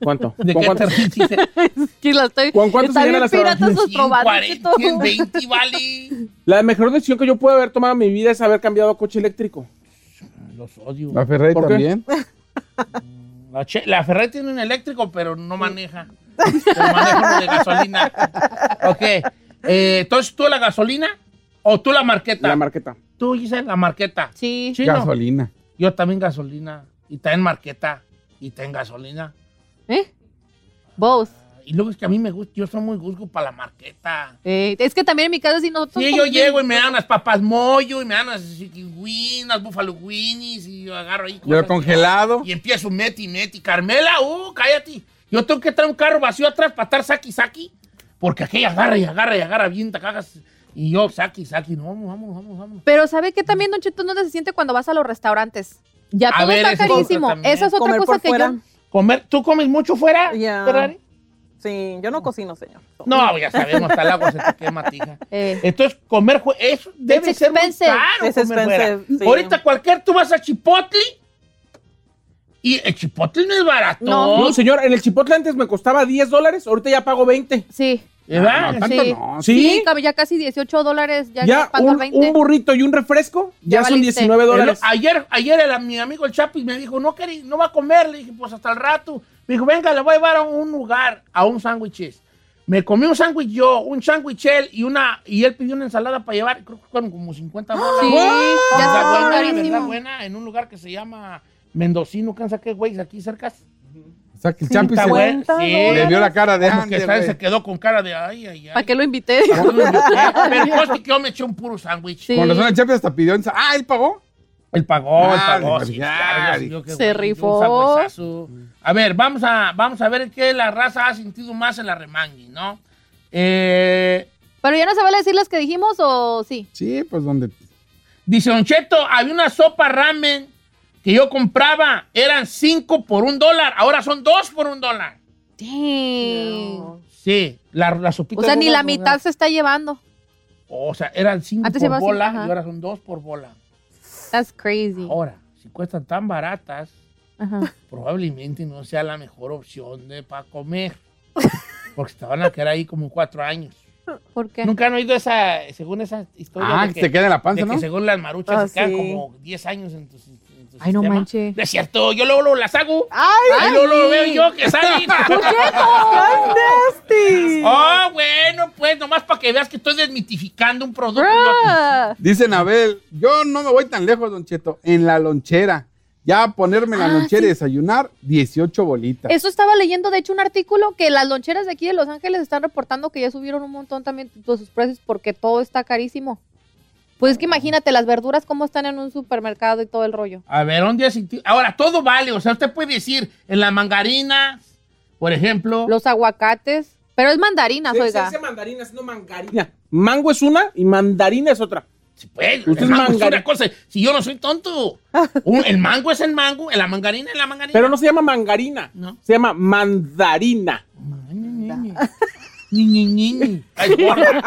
S4: ¿Cuánto?
S1: ¿De
S4: ¿Con
S1: qué
S4: cuánto?
S1: te
S2: *laughs*
S1: ríes?
S2: Que la estoy.
S4: ¿Con cuánto
S2: está
S4: se llena
S2: bien
S4: la
S2: pirata
S4: sábana?
S2: sus trovadas, Cheto.
S1: 140, 120, vale.
S4: *laughs* La mejor decisión que yo pude haber tomado en mi vida es haber cambiado a coche eléctrico.
S1: Los odio.
S3: La Ferrari
S4: ¿Por qué?
S3: también.
S1: La, che- la Ferrari tiene un eléctrico, pero no maneja. Pero maneja uno de gasolina.
S2: *laughs*
S1: Ok. eh, entonces, ¿tú la gasolina o tú la marqueta?
S4: La marqueta.
S1: tú, Giselle, la marqueta.
S2: Sí.
S1: Chino.
S3: Gasolina.
S1: Yo también gasolina. Y también marqueta. Y también gasolina.
S2: ¿Eh? Vos.
S1: Y luego es que a mí me gusta, yo soy muy gusgo para la marqueta.
S2: Eh, es que también en mi casa sí nosotros.
S1: Sí, yo
S2: como que-
S1: llego y me dan unas papas mollo y me dan unas chiquiwin, unas buffalo winnies y yo agarro ahí.
S3: Yo
S1: cosas.
S3: congelado.
S1: Y empiezo meti, meti. Carmela, uh, cállate. Yo tengo que traer un carro vacío atrás para estar saqui, saqui. Porque aquella agarra y agarra y agarra bien, te cagas. Y yo saqui, saqui. No, vamos, vamos, vamos, vamos.
S2: Pero ¿sabe qué también, Don Cheto, no se siente cuando vas a los restaurantes? Ya
S1: A
S2: todo
S1: ver, ese
S2: está
S1: es otro
S2: carísimo.
S1: también.
S2: Esa es otra
S5: Comer
S2: cosa
S5: por
S2: que
S5: fuera.
S2: yo.
S1: Comer, ¿Tú comes mucho fuera,
S5: Ya.
S1: Ferrari?
S5: Sí, yo no cocino, señor.
S1: No, ya sabemos, hasta el agua se te quema, tija.
S2: Eh,
S1: Entonces, comer jue- eso debe
S2: It's
S1: ser muy
S2: expensive.
S1: caro.
S5: It's
S1: comer fuera.
S5: expensive, sí.
S1: Ahorita cualquier, tú vas a Chipotle y el Chipotle no es barato.
S2: No.
S4: No, señor, en el Chipotle antes me costaba 10 dólares, ahorita ya pago 20.
S2: sí.
S1: ¿Verdad?
S3: No, tanto
S2: Sí.
S3: no.
S4: Ah, ¿Sí?
S2: Sí, cab- ya casi 18 dólares. Ya,
S4: ya
S2: pago
S4: un,
S2: 20.
S4: un burrito y un refresco ya,
S2: Ya
S4: son
S2: valiste.
S4: 19 dólares.
S1: El- ayer ayer el- mi amigo el Chapis me dijo, no, queri- no va a comer. Le dije, pues hasta el rato. Me dijo, venga, le voy a llevar a un lugar, a un sándwiches. Me comí un sándwich yo, un sándwich él y una y él pidió una ensalada para llevar, creo que fueron como 50 bolas.
S2: Sí,
S1: Está
S2: ya está muy
S1: buena,
S2: carísimo.
S1: ¿verdad? buena, en un lugar que se llama Mendocino, ¿cansa qué, güey? Aquí cerca.
S3: O sea, que el Champi
S1: Está
S3: se-
S1: buena, sí.
S3: Pues, le vio la cara de
S1: Como que
S3: Andy,
S1: ¿sabes?
S3: güey.
S1: se quedó con cara de ay, ay,
S2: ¿Para
S1: ay.
S2: qué lo invité?
S1: No lo invité, Pero conste que pues, yo me eché un puro sándwich.
S2: *laughs* Sí.
S3: Con razón el Champi hasta pidió. ensa- Ah, él pagó.
S1: El pagó, el
S3: Ah,
S1: pagó.
S3: de
S1: sí,
S3: variar.
S1: claro, yo- yo qué
S2: Se
S1: güey,
S2: rifó.
S1: un sabuesazo. A ver, vamos a, vamos a ver qué la raza ha sentido más en la remangui, ¿no? Eh,
S2: Pero ya no se vale decir las que dijimos o sí.
S3: Sí, pues donde.
S1: dice Don Cheto, había una sopa ramen que yo compraba, eran cinco por un dólar, ahora son dos por un dólar.
S2: Dang.
S5: No.
S1: Sí, la, la sopita.
S2: O sea,
S1: de
S2: ni
S1: bolas,
S2: la mitad se está llevando.
S1: O sea, eran cinco
S2: Antes
S1: por
S2: llevaba
S1: bola
S2: cinco, ajá.
S1: y ahora son dos por bola.
S2: That's crazy.
S1: Ahora, si cuestan tan baratas,
S2: Ajá.
S1: probablemente no sea la mejor opción de para comer. *laughs* Porque te van a quedar ahí como cuatro años.
S2: ¿Por qué?
S1: Nunca han oído esa, según esa historia.
S3: Ah,
S1: de
S3: que se queda en la panza,
S1: de que
S3: ¿no?
S1: según las maruchas
S5: Ah,
S1: se quedan
S5: sí.
S1: como 10 años en tu, si- en tu
S2: Ay, no
S1: sistema.
S2: manche.
S1: No es cierto, yo luego, luego las hago.
S5: ¡Ay,
S1: Ay, luego, luego veo yo que salen.
S5: nasty!
S1: oh, bueno, pues nomás para que veas que estoy desmitificando un producto.
S2: Bruh.
S3: Dicen Abel, yo no me voy tan lejos, Don Cheto. En la lonchera. Ya ponerme en la
S2: Ah,
S3: lonchera
S2: sí.
S3: y desayunar, 18 bolitas.
S2: Eso estaba leyendo, de hecho, un artículo que las loncheras de aquí de Los Ángeles están reportando que ya subieron un montón también de sus precios porque todo está carísimo. Pues es que imagínate, las verduras cómo están en un supermercado y todo el rollo.
S1: A ver, ¿dónde has sentido? Ahora, todo vale. O sea, usted puede decir en las mangarinas, por ejemplo.
S2: Los aguacates, pero es mandarinas, oiga.
S4: mandarinas, no mangarina. Mango es una y mandarina es otra.
S1: Si puede,
S4: Usted
S1: el
S4: es
S1: mango es
S4: mangari-
S1: una cosa. Si yo no soy tonto. Un- el mango es el mango, la mangarina es la mangarina.
S4: Pero no se llama mangarina,
S1: No.
S4: se llama mandarina.
S1: Ni, ni, ni, ni. Ay, gorda.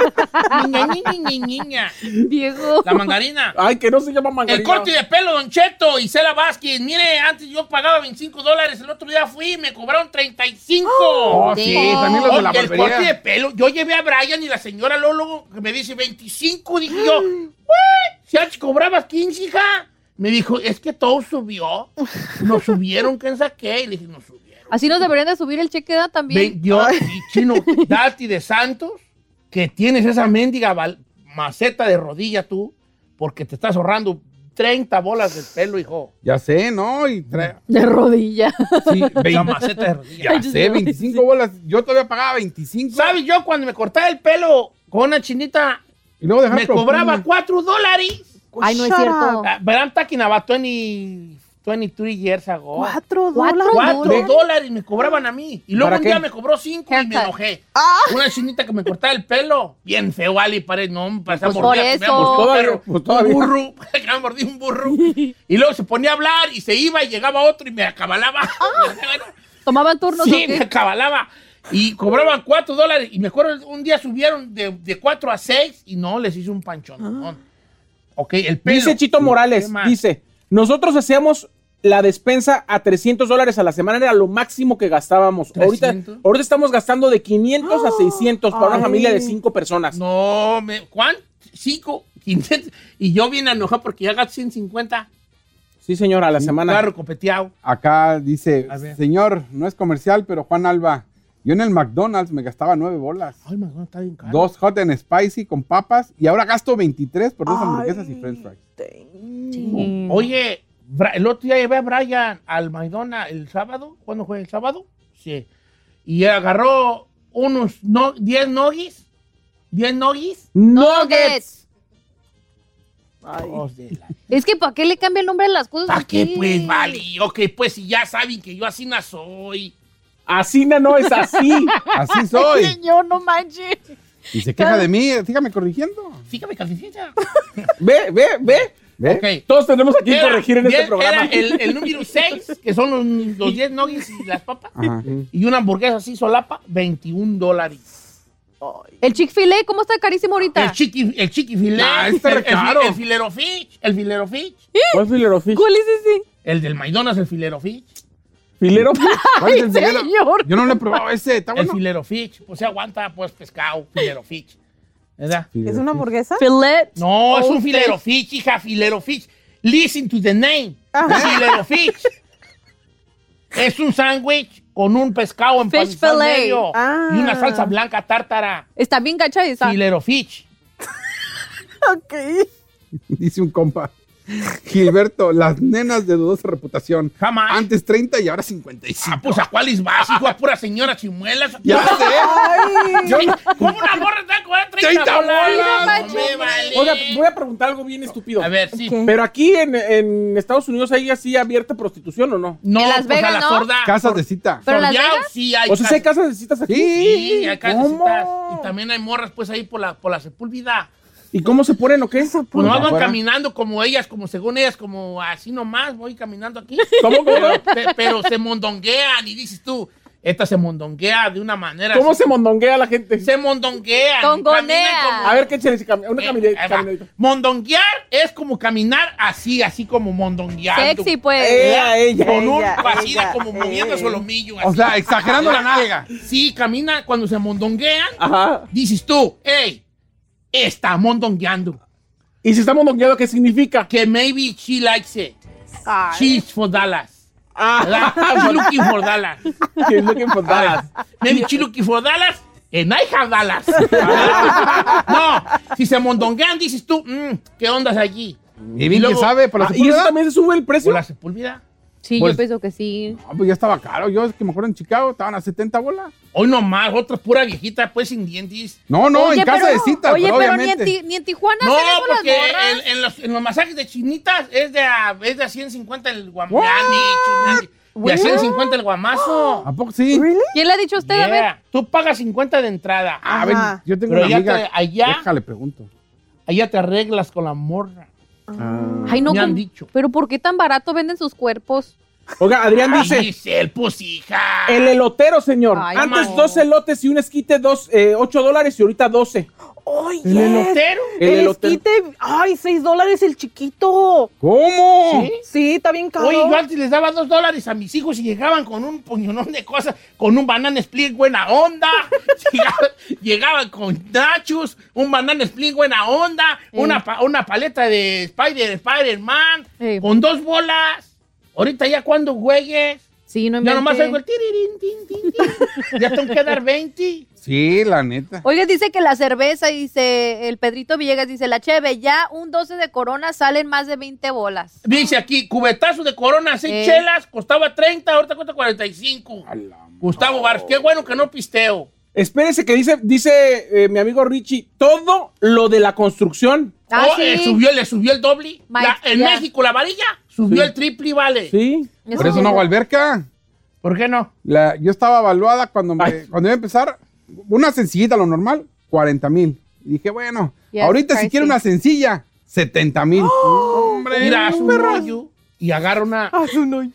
S1: Ni, ni, ni, ni, ni, niña.
S2: *laughs* Diego.
S1: La mangarina.
S4: Ay, que no se llama
S1: El
S4: mangarina.
S1: corte de pelo, Don Cheto, Isela Vázquez. Mire, antes yo pagaba 25 dólares, el otro día fui y me cobraron 35.
S3: Oh, sí, también los de la
S1: Oye, el corte de
S3: barbería.
S1: pelo, yo llevé a Brian y la señora Lolo que me dice 25, dije
S3: *gasps*
S1: yo, "Güey, si antes cobrabas 15, hija. Me dijo, es que todo subió. Nos subieron, ¿quién saqué? Y le dije, nos subieron.
S2: Así nos deberían de subir el cheque da
S1: Ve,
S2: también.
S1: yo, y chino, Dati de Santos, que tienes esa mendiga val- maceta de rodilla tú, porque te estás ahorrando 30 bolas de pelo, hijo.
S3: Ya sé, ¿no? Y trae-
S2: De rodilla.
S1: Sí, esa maceta de rodilla.
S3: ya sé, 25 bolas. Yo todavía pagaba 25.
S1: ¿Sabes? Yo cuando me cortaba el pelo con una chinita,
S3: Y luego dejar
S1: me cobraba
S3: propina.
S1: 4 dólares. Ah,
S2: Ay, no es
S5: Shut
S2: cierto.
S5: up.
S1: Verán, taquinabatón y 23 years ago.
S5: Cuatro
S2: Cuatro
S5: dólares.
S1: Cuatro
S2: dólares?
S1: dólares me cobraban a mí. Y luego
S4: ¿Para
S1: un
S4: qué?
S1: día me cobró cinco y me
S2: Haircut.
S1: enojé.
S5: Ah.
S1: Una chinita que me cortaba el pelo. Bien feo, Ali, parece. No, me pasaba
S2: Pues
S1: mordida,
S2: por
S1: que me
S2: eso.
S1: había mordido
S4: Pues
S1: un perro,
S4: todavía, pues todavía.
S1: Un burro. *laughs* que me mordí un burro. Y luego se ponía a hablar y se iba y llegaba otro y me acabalaba.
S2: Ah.
S1: *laughs*
S2: ¿Tomaban turnos
S1: sí,
S2: o
S1: me
S2: qué?
S1: acabalaba. Y cobraban cuatro dólares. Y me acuerdo un día subieron de, de cuatro a seis y no, les hice un panchón. Ok, el pelo.
S4: Ah. Dice Chito
S1: ¿Qué
S4: Morales,
S1: más?
S4: dice, nosotros hacíamos la despensa a 300 dólares a la semana, era lo máximo que gastábamos. Ahorita,
S1: 300.
S4: ahorita estamos gastando de 500 a 600 para una
S5: Ay.
S4: familia de 5 personas.
S1: No, me, ¿cuán? Cinco, 500. Y yo bien enojado porque ya gasté 150.
S4: Sí, señora, a la semana.
S1: Carro copeteado.
S3: Acá dice,
S1: A ver.
S3: señor, no es comercial, pero Juan Alba, yo en el McDonald's me gastaba nueve bolas.
S1: Ay, my God, está bien caro.
S3: Dos hot and spicy con papas y ahora gasto 23 por dos
S5: Ay,
S3: hamburguesas y french fries.
S5: dang.
S2: Sí.
S1: Oye, Bra- el otro día llevé a Brian al Maidona el sábado. ¿Cuándo fue? ¿El sábado? Sí. Y agarró unos no, 10 noggies. 10 noggies.
S4: Nuggets.
S2: Nuggets.
S5: Ay.
S1: Dos de la-
S2: Es que ¿para qué le cambia el nombre a las cosas?
S1: ¿Para qué?
S2: aquí?
S1: Pues vale. Ok, pues si ya saben que yo así no soy.
S4: Así no, no
S1: *laughs*
S4: es así.
S3: Así
S2: *laughs*
S5: Ay,
S3: soy.
S5: señor, no manches.
S3: Y se queja de mí, sígame corrigiendo.
S1: Fíjame, califica.
S4: ve, ve, ve.
S3: ¿Ve?
S1: Ok.
S4: Todos tenemos aquí que corregir en este
S1: era
S4: programa.
S1: el, el número 6, que son los- los 10 nuggets y las papas.
S3: Ajá.
S1: Y una hamburguesa así solapa, 21 dólares.
S5: Ay.
S2: El Chick-fil-A, ¿cómo está carísimo ahorita?
S1: El chiqui, el chiquifilet,
S4: Ah,
S3: Nah,
S4: este
S1: el,
S3: está
S1: el,
S3: caro.
S1: fi- el filero fish, el filero fish,
S4: ¿Cuál filero fish?
S2: ¿Cuál es ese?
S1: el del McDonald's, el filero fish,
S4: ¿Filero fish?
S2: *laughs*
S3: ¿Cuál es el primero?
S2: señor.
S3: Yo no lo he probado ese, está
S1: el
S3: Ah, bueno.
S1: filero fish. Pues se aguanta, pues pescado, filero fish. ¿Verdad?
S5: ¿Es una hamburguesa?
S2: Filet.
S1: No,
S2: Oh,
S1: es un filero fish, hija, filero fish. Listen to the name. Filero fish.
S2: *laughs*
S1: Es un sándwich con un pescado en
S2: Fish fillet.
S1: medio y una
S5: Ah.
S1: salsa blanca tártara.
S2: Está bien gacha esa.
S1: Filero fish.
S5: Ok.
S3: Dice un compa. Gilberto, las nenas de dudosa reputación.
S1: Jamás.
S3: Antes 30 y ahora
S1: Ah, *laughs*
S3: 55.
S1: pues a cuál es más, hijo, a pura señora chimuelas.
S3: Ya sé.
S1: *laughs*
S3: Yo no-
S1: ¿Cómo una morra está con 30,
S3: 30 bolas.
S1: bolas? No me vale.
S4: Oiga, voy a preguntar algo bien estúpido.
S1: a ver, sí.
S5: Ok.
S4: Pero aquí en, en Estados Unidos hay así abierta prostitución o no?
S1: No,
S2: En Las
S1: pues
S2: Vegas,
S1: a la
S2: ¿no?
S1: sorda.
S3: Casas de cita.
S2: Pero Las
S1: Sordeado,
S2: Vegas?
S1: Sí, hay
S4: O sea, si hay
S1: casas.
S4: casas de citas aquí.
S3: Sí.
S1: Sí, hay casas
S4: ¿Cómo?
S1: citadas. Y también hay morras, pues, ahí por la, por la sepúlvida.
S4: ¿Y cómo se ponen o qué?
S1: Pues no van
S4: Afuera.
S1: caminando como ellas, como según ellas, como así nomás, voy caminando aquí.
S4: ¿Cómo, cómo,
S1: Pero,
S4: cómo?
S1: pe- pero se mondonguean y dices tú, esta se mondonguea de una manera.
S4: ¿Cómo
S1: así.
S4: se mondonguea la gente?
S1: Se mondonguean.
S2: Tongonea.
S1: caminan como-
S4: A ver, qué chévere. si cami- Una
S1: Eh,
S4: camine-
S1: ahí va.
S4: caminadita.
S1: Mondonguear es como caminar así, así como mondongueando.
S2: Sexy, pues.
S4: Eh, Ella, ella,
S1: Con un
S5: ella,
S1: vacina
S5: ella,
S1: como moviendo
S5: ella.
S1: solomillo.
S3: O
S1: así.
S3: sea, exagerando la nalga.
S1: sí, camina cuando se mondonguean.
S4: Ajá.
S1: Dices tú, hey, está mondongueando.
S4: ¿Y si está mondongueado,
S1: *laughs*
S4: qué significa?
S1: Que maybe she likes it.
S5: Ay.
S1: She's for Dallas.
S4: Ah,
S1: ¿verdad? She's looking for Dallas.
S4: que es lo que importaba.
S1: Maybe she's looking for Dallas. And I have
S2: *laughs*
S1: Dallas. no, si se mondonguean, dices tú, mm, ¿qué ondas allí?
S3: Y bien que
S1: luego-
S3: sabe, por la
S4: Ah, ¿Y eso
S3: sepultura.
S4: también se sube el
S1: ¿Por
S4: precio?
S1: la sepúlvida?
S2: Sí,
S3: Pues-
S2: yo pienso que sí.
S3: No, pues ya estaba caro. Yo es que me acuerdo en Chicago estaban a 70 bolas.
S1: Hoy nomás, otra pura viejita, pues sin dientes.
S3: No, no,
S2: Oye,
S3: en casa
S2: pero-
S3: de citas,
S2: Oye,
S3: pero
S2: pero ni en,
S3: obviamente.
S2: Ti- ni en Tijuana
S1: No,
S2: hacen eso las
S1: porque
S2: morras.
S1: en, en los, en los masajes de chinitas es de a, es de a 150 el
S3: What?
S1: guamani. Y a 150 el guamazo.
S3: ¿A poco sí?
S2: ¿Quién le ha dicho a usted? A ver,
S1: Yeah. Tú pagas 50 de entrada. Ah,
S3: A ver,
S2: Ah.
S5: Ajá.
S3: yo tengo
S1: Pero
S3: una
S1: ya
S3: amiga.
S1: te- allá-
S3: Déjale, pregunto.
S1: Allá te arreglas con la morra.
S2: ay, no.
S1: me han
S2: con-
S1: dicho.
S2: Pero ¿por qué tan barato venden sus cuerpos?
S4: Oiga, Adrián
S1: Ay,
S4: dice,
S1: Giselle, pues hija.
S4: el elotero, señor.
S2: Ay,
S4: Antes
S2: no.
S4: dos elotes y un esquite, dos, eh, 8 dólares y ahorita 12.
S5: Ay,
S1: ¿El
S5: yes.
S1: elotero?
S4: El
S5: El
S4: elotero.
S5: esquite. Ay, 6 dólares el chiquito.
S3: ¿Cómo?
S1: ¿Sí?
S5: Sí, está bien caro.
S1: Oye, yo antes les daba dos dólares a mis hijos y llegaban con un puñonón de cosas, con un banana split buena
S4: *laughs*
S1: onda, llegaban, llegaban con nachos, un banana split buena onda, una, pa- una paleta de Spider, Spider-Man,
S2: Ey.
S1: con dos bolas. Ahorita ya cuando juegues,
S2: Sí, no
S1: ya nomás
S2: invente.
S1: oigo el tirirín, tin, tin, tin. ya tengo que dar 20.
S3: Sí, la neta.
S2: Oiga, dice que la cerveza, dice el Pedrito Villegas, dice la cheve, ya un 12 de corona salen más de 20 bolas.
S1: Dice aquí, cubetazo de corona, seis
S2: Ey.
S1: chelas, costaba 30, ahorita cuesta 45. Gustavo Vargas, qué bueno que no pisteo.
S4: Espérese que dice, dice eh, mi amigo Richie, todo lo de la construcción.
S2: Ah,
S1: Oh, eh,
S2: sí.
S1: subió, le subió el doble.
S2: Mike,
S1: La- en
S2: ya.
S1: México, la varilla subió
S4: Sí.
S1: el triple, vale.
S4: Sí.
S2: Eso
S3: Por eso
S2: sí.
S3: no hago alberca.
S1: ¿Por qué no?
S3: La- yo estaba evaluada cuando, me-
S4: Ay.
S3: cuando iba a empezar, una sencillita, lo normal, 40 mil. Y dije, bueno,
S2: Yes,
S3: ahorita si
S2: pricey.
S3: quiero una sencilla, 70 mil. ¡Hombre!
S1: ¡Oh! Mira, haz un hoyo y agarra una. Haz un hoyo.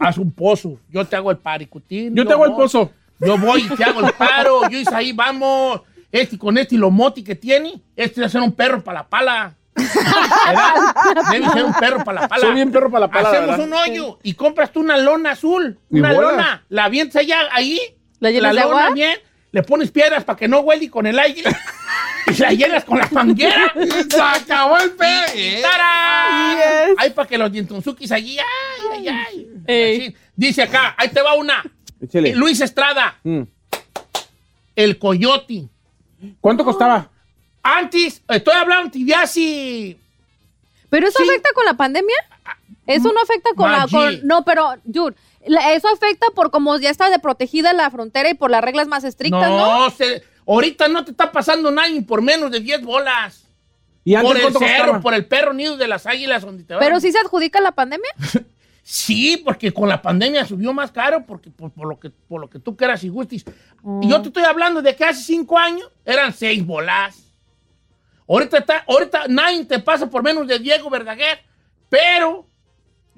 S1: Haz un pozo. Yo te hago el paricutín.
S4: Yo te hago el
S1: voy.
S4: pozo.
S1: Yo voy y te hago el paro. Yo y ahí vamos. Este con este y lo moti que tiene. Este debe ser un perro para la pala. ¿Verdad? Debe ser un perro para la pala.
S4: Soy bien perro para la palabra.
S1: Hacemos un hoyo y compras tú una lona azul.
S3: Y
S1: Una
S3: bola.
S1: lona. La avientas allá, ahí.
S2: ¿La llenas de
S1: lona
S2: agua?
S1: bien. Le pones piedras para que no huele con el aire. y la llenas con la manguera.
S3: ¡Se acabó el pe!
S1: ¡Tarán!
S5: Yes.
S1: Ay, para que los dientunzukis allí, ay, ay, ay.
S5: Ey.
S1: Así. Dice acá, ahí te va una.
S4: Échale.
S1: Eh, Luis Estrada,
S4: Mm.
S1: el coyote.
S4: ¿Cuánto costaba?
S1: Antes, estoy hablando de así.
S2: ¿Pero eso
S1: Sí.
S2: afecta con la pandemia? Eso no afecta con la...
S1: Maggi.
S2: con- no, pero, dude, la- eso afecta por como ya está de protegida la frontera y por las reglas más estrictas, ¿no?
S1: No, se- ahorita no te está pasando nadie por menos de 10 bolas.
S4: ¿Y antes
S1: Por el
S4: cuánto
S1: cerro,
S4: costaba?
S1: por el perro nido de las águilas donde te
S2: Pero
S1: vas.
S2: sí se adjudica la pandemia.
S1: Sí, porque con la pandemia subió más caro porque por, por lo, que, por lo que tú quieras y gustes. Y yo te estoy hablando de que hace cinco años eran seis bolas. Ahorita, está, ahorita nadie te pasa por menos de Diego Verdaguer, pero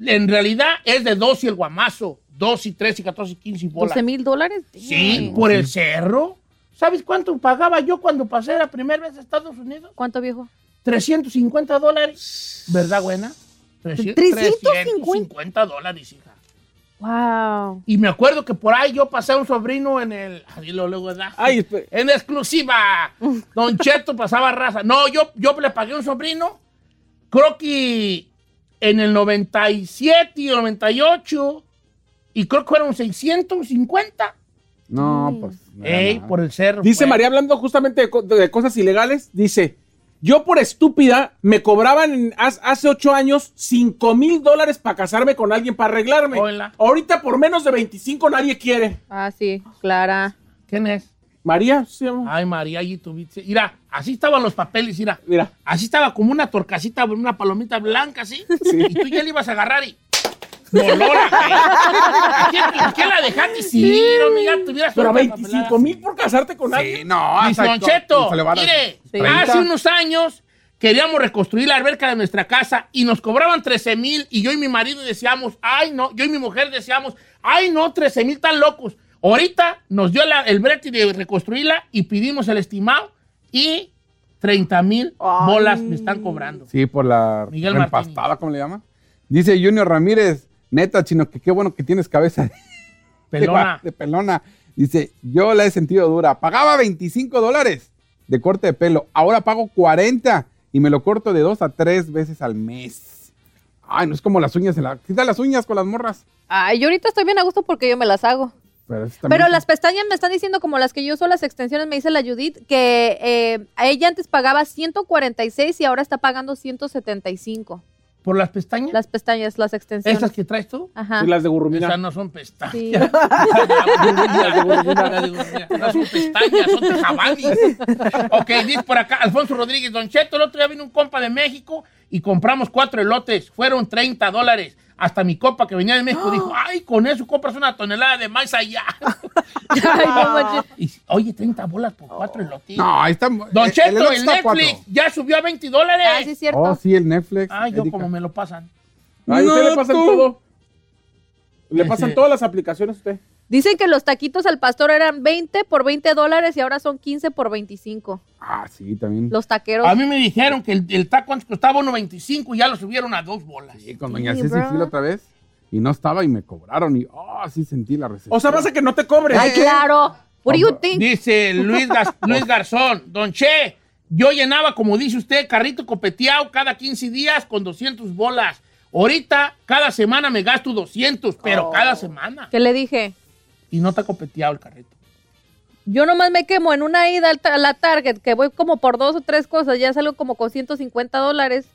S1: en realidad es de dos y el guamazo. Dos y tres y 14 y 15 bolas.
S2: 12 mil dólares.
S1: Sí, por el cerro. ¿Sabes cuánto pagaba yo cuando pasé la primera vez a Estados Unidos?
S2: ¿Cuánto, viejo?
S1: 350 dólares. ¿Verdad, buena? 350 dólares, hija.
S2: Wow.
S1: Y me acuerdo que por ahí yo pasé a un sobrino en el. Ay, lo luego, ¿verdad?
S4: Ay, espe-
S1: En exclusiva. Don Cheto pasaba raza. No, yo, yo le pagué a un sobrino. Creo que en el 97 y 98. Y creo que fueron 650.
S3: No, pues. no era
S1: Ey,
S3: nada.
S1: por el *laughs* cerro.
S4: Dice
S1: fue.
S4: María, hablando justamente de, co- de cosas ilegales, dice, yo por estúpida me cobraban en- haz- hace ocho años 5 mil dólares para casarme con alguien, para arreglarme.
S1: Hola.
S4: Ahorita por menos de 25 nadie quiere.
S2: Ah, sí, Clara.
S1: ¿Quién es?
S4: María, se llama.
S1: Ay, María, allí tuviste. Mira, así estaban los papeles, mira.
S4: mira.
S1: Así estaba como una torcasita, una palomita blanca así. Y tú ya le ibas a agarrar y. ¡No, Lola! güey! ¿A quién- a quién la dejaste? Sí, no, mira, tuvieras
S4: Pero
S1: otra
S4: 25
S1: papelada.
S4: mil por casarte con
S3: Sí,
S4: alguien.
S3: no,
S1: Dice
S3: hasta
S1: Don
S3: co-
S1: Cheto,
S3: se le va a-
S1: mire, Ah,
S3: Treinta.
S1: hace unos años queríamos reconstruir la alberca de nuestra casa y nos cobraban 13 mil y yo y mi marido decíamos, ay no, yo y mi mujer decíamos, ay no, 13 mil tan locos. Ahorita nos dio la- el brete de reconstruirla y pidimos el estimado y 30 mil bolas me están cobrando.
S3: Sí, por la
S1: Miguel
S3: empastada, ¿cómo le llama? Dice Junior Ramírez, neta, chino, que qué bueno que tienes cabeza de- *laughs*
S1: Pelona.
S3: de pelona. Dice, yo la he sentido dura. Pagaba 25 dólares de corte de pelo. Ahora pago 40 y me lo corto de dos a tres veces al mes. Ay, no es como las uñas. en la- ¿Qué tal las uñas con las morras?
S2: Ay, yo ahorita estoy bien a gusto porque yo me las hago.
S3: Pero, eso también-
S2: Pero las pestañas me están diciendo, como las que yo uso, las extensiones, me dice la Judith, que eh, a ella antes pagaba 146 y ahora está pagando 175.
S1: ¿Por las pestañas?
S2: Las pestañas, las extensiones.
S1: ¿Esas que traes tú?
S2: Ajá.
S4: Y las de
S1: Esas *laughs*
S4: Gurrumina.
S1: no son pestañas.
S2: Sí.
S1: No son pestañas, son
S2: *laughs*
S1: tejabanis. Ok, dice por acá, Alfonso Rodríguez, Don Cheto, el otro día vino un compa de México y compramos cuatro elotes, fueron 30 dólares. Hasta mi copa que venía de México
S2: *gasps*
S1: dijo, ay, con eso compras una tonelada de maíz allá.
S2: *laughs* Ay, no manches.
S1: Y, Oye, 30 bolas por cuatro elotes.
S3: No, ahí está. eh, el-
S1: Don
S3: el
S1: Cheto,
S3: elote
S1: el,
S3: está a cuatro.
S1: Netflix ya subió a 20 dólares.
S2: Ah, sí, es cierto.
S3: Oh, sí, el Netflix.
S1: Ay, yo
S3: Erika.
S1: como me lo pasan.
S4: Ahí usted le pasan
S3: No, tú.
S4: todo. Le pasan
S1: Sí.
S4: todas las aplicaciones a usted.
S2: Dicen que los taquitos al pastor eran 20 por 20 dólares y ahora son 15 por 25.
S3: Ah, sí, también.
S2: Los taqueros.
S1: A mí me dijeron que el, el taco antes costaba 1.25 y ya lo subieron a dos bolas.
S3: Sí, con doña
S2: Sí,
S3: Ceci
S2: bro.
S3: fui la otra vez y no estaba y me cobraron y, oh, sí sentí la recesión.
S4: O sea, vas a que no te cobre.
S2: Ay, claro. What do you think?
S1: Dice Luis,
S2: *laughs*
S1: Gas- Luis Garzón, Don Che, yo llenaba, como dice usted, carrito copeteado cada 15 días con 200 bolas. Ahorita, cada semana me gasto 200, pero
S2: Oh.
S1: cada semana.
S2: ¿Qué le dije?
S1: Y no está copeteado el carrito.
S2: Yo nomás me quemo en una ida al ta- a la Target, que voy como por dos o tres cosas, ya salgo como con 150 dólares.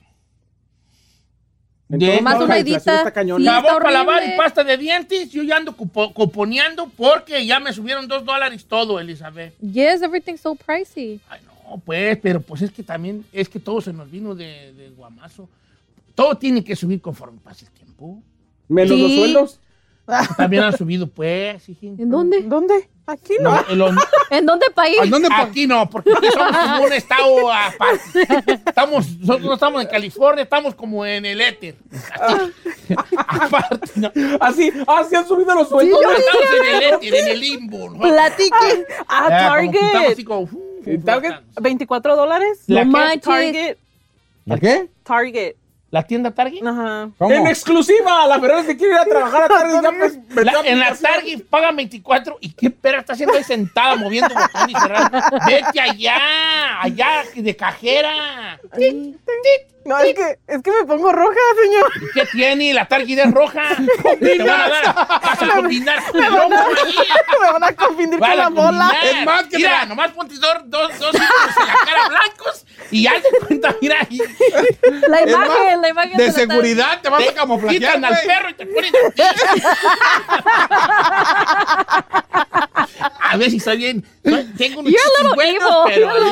S1: De-
S2: Nomás
S4: no,
S2: una
S4: la inflación
S2: edita.
S4: está cañona.
S2: Sí,
S1: Jabón
S2: está
S1: para lavar
S2: horrible.
S1: y pasta de dientes, yo ya ando cupo- cuponeando porque ya me subieron dos dólares todo, Elizabeth.
S2: Yes, everything's so pricey.
S1: Ay, no, pues, pero pues es que también, es que todo se nos vino de, de guamazo. Todo tiene que subir conforme pase el tiempo.
S4: Menos los
S2: Sí.
S4: sueldos.
S1: También han subido, pues, hijín.
S2: ¿En dónde? *laughs*
S5: ¿Dónde? Aquí no.
S1: No, el hom-
S2: ¿En dónde país?
S3: ¿A
S2: *laughs*
S3: dónde pa-
S1: Aquí no, porque aquí somos como un estado aparte. Estamos, nosotros no estamos en California, estamos como en el éter. aparte, no.
S4: Así, así han subido los sueldos.
S1: No estamos en el éter, en el limbo. ¿no?
S3: *laughs*
S5: Platique. Ah,
S1: Ya, como que estamos
S5: Target.
S1: así como, uh,
S4: ¿En Target?
S1: flotando.
S5: 24 dólares.
S1: ¿La,
S2: No
S1: qué?
S2: manches.
S5: Target.
S3: ¿La qué?
S5: Target.
S1: ¿La tienda Target?
S5: Ajá.
S3: ¿Cómo?
S4: En exclusiva, la Ferrari se quiere ir a trabajar a tarde. ya, pues,
S1: La- en la Target pagan 24 y qué perra está haciendo ahí sentada moviendo botón y cerrando. Vete allá, allá de cajera. Tic, tic.
S5: No, es que, es que me pongo roja, señor.
S1: ¿Qué tiene? La Target es roja. Te van a dar. Vas a combinar con el rojo ahí.
S5: me van a confundir
S1: Vas
S5: con
S1: a
S5: la bola.
S1: combinar.
S3: Es más que
S1: mira,
S3: te la-
S1: nomás ponte dos, dos, dos círculos en la cara blancos y ya te cuenta, mira, ahí.
S2: La
S3: Es más,
S2: imagen, la imagen.
S3: De
S2: la tarde.
S3: seguridad te vas a
S1: te
S3: camuflajear,
S1: quitan al
S3: güey.
S1: perro y te ponen a ti. A ver si está bien. Soy- Tengo unos
S2: You're a little
S1: chistes buenos,
S2: evil,
S1: pero
S2: you're a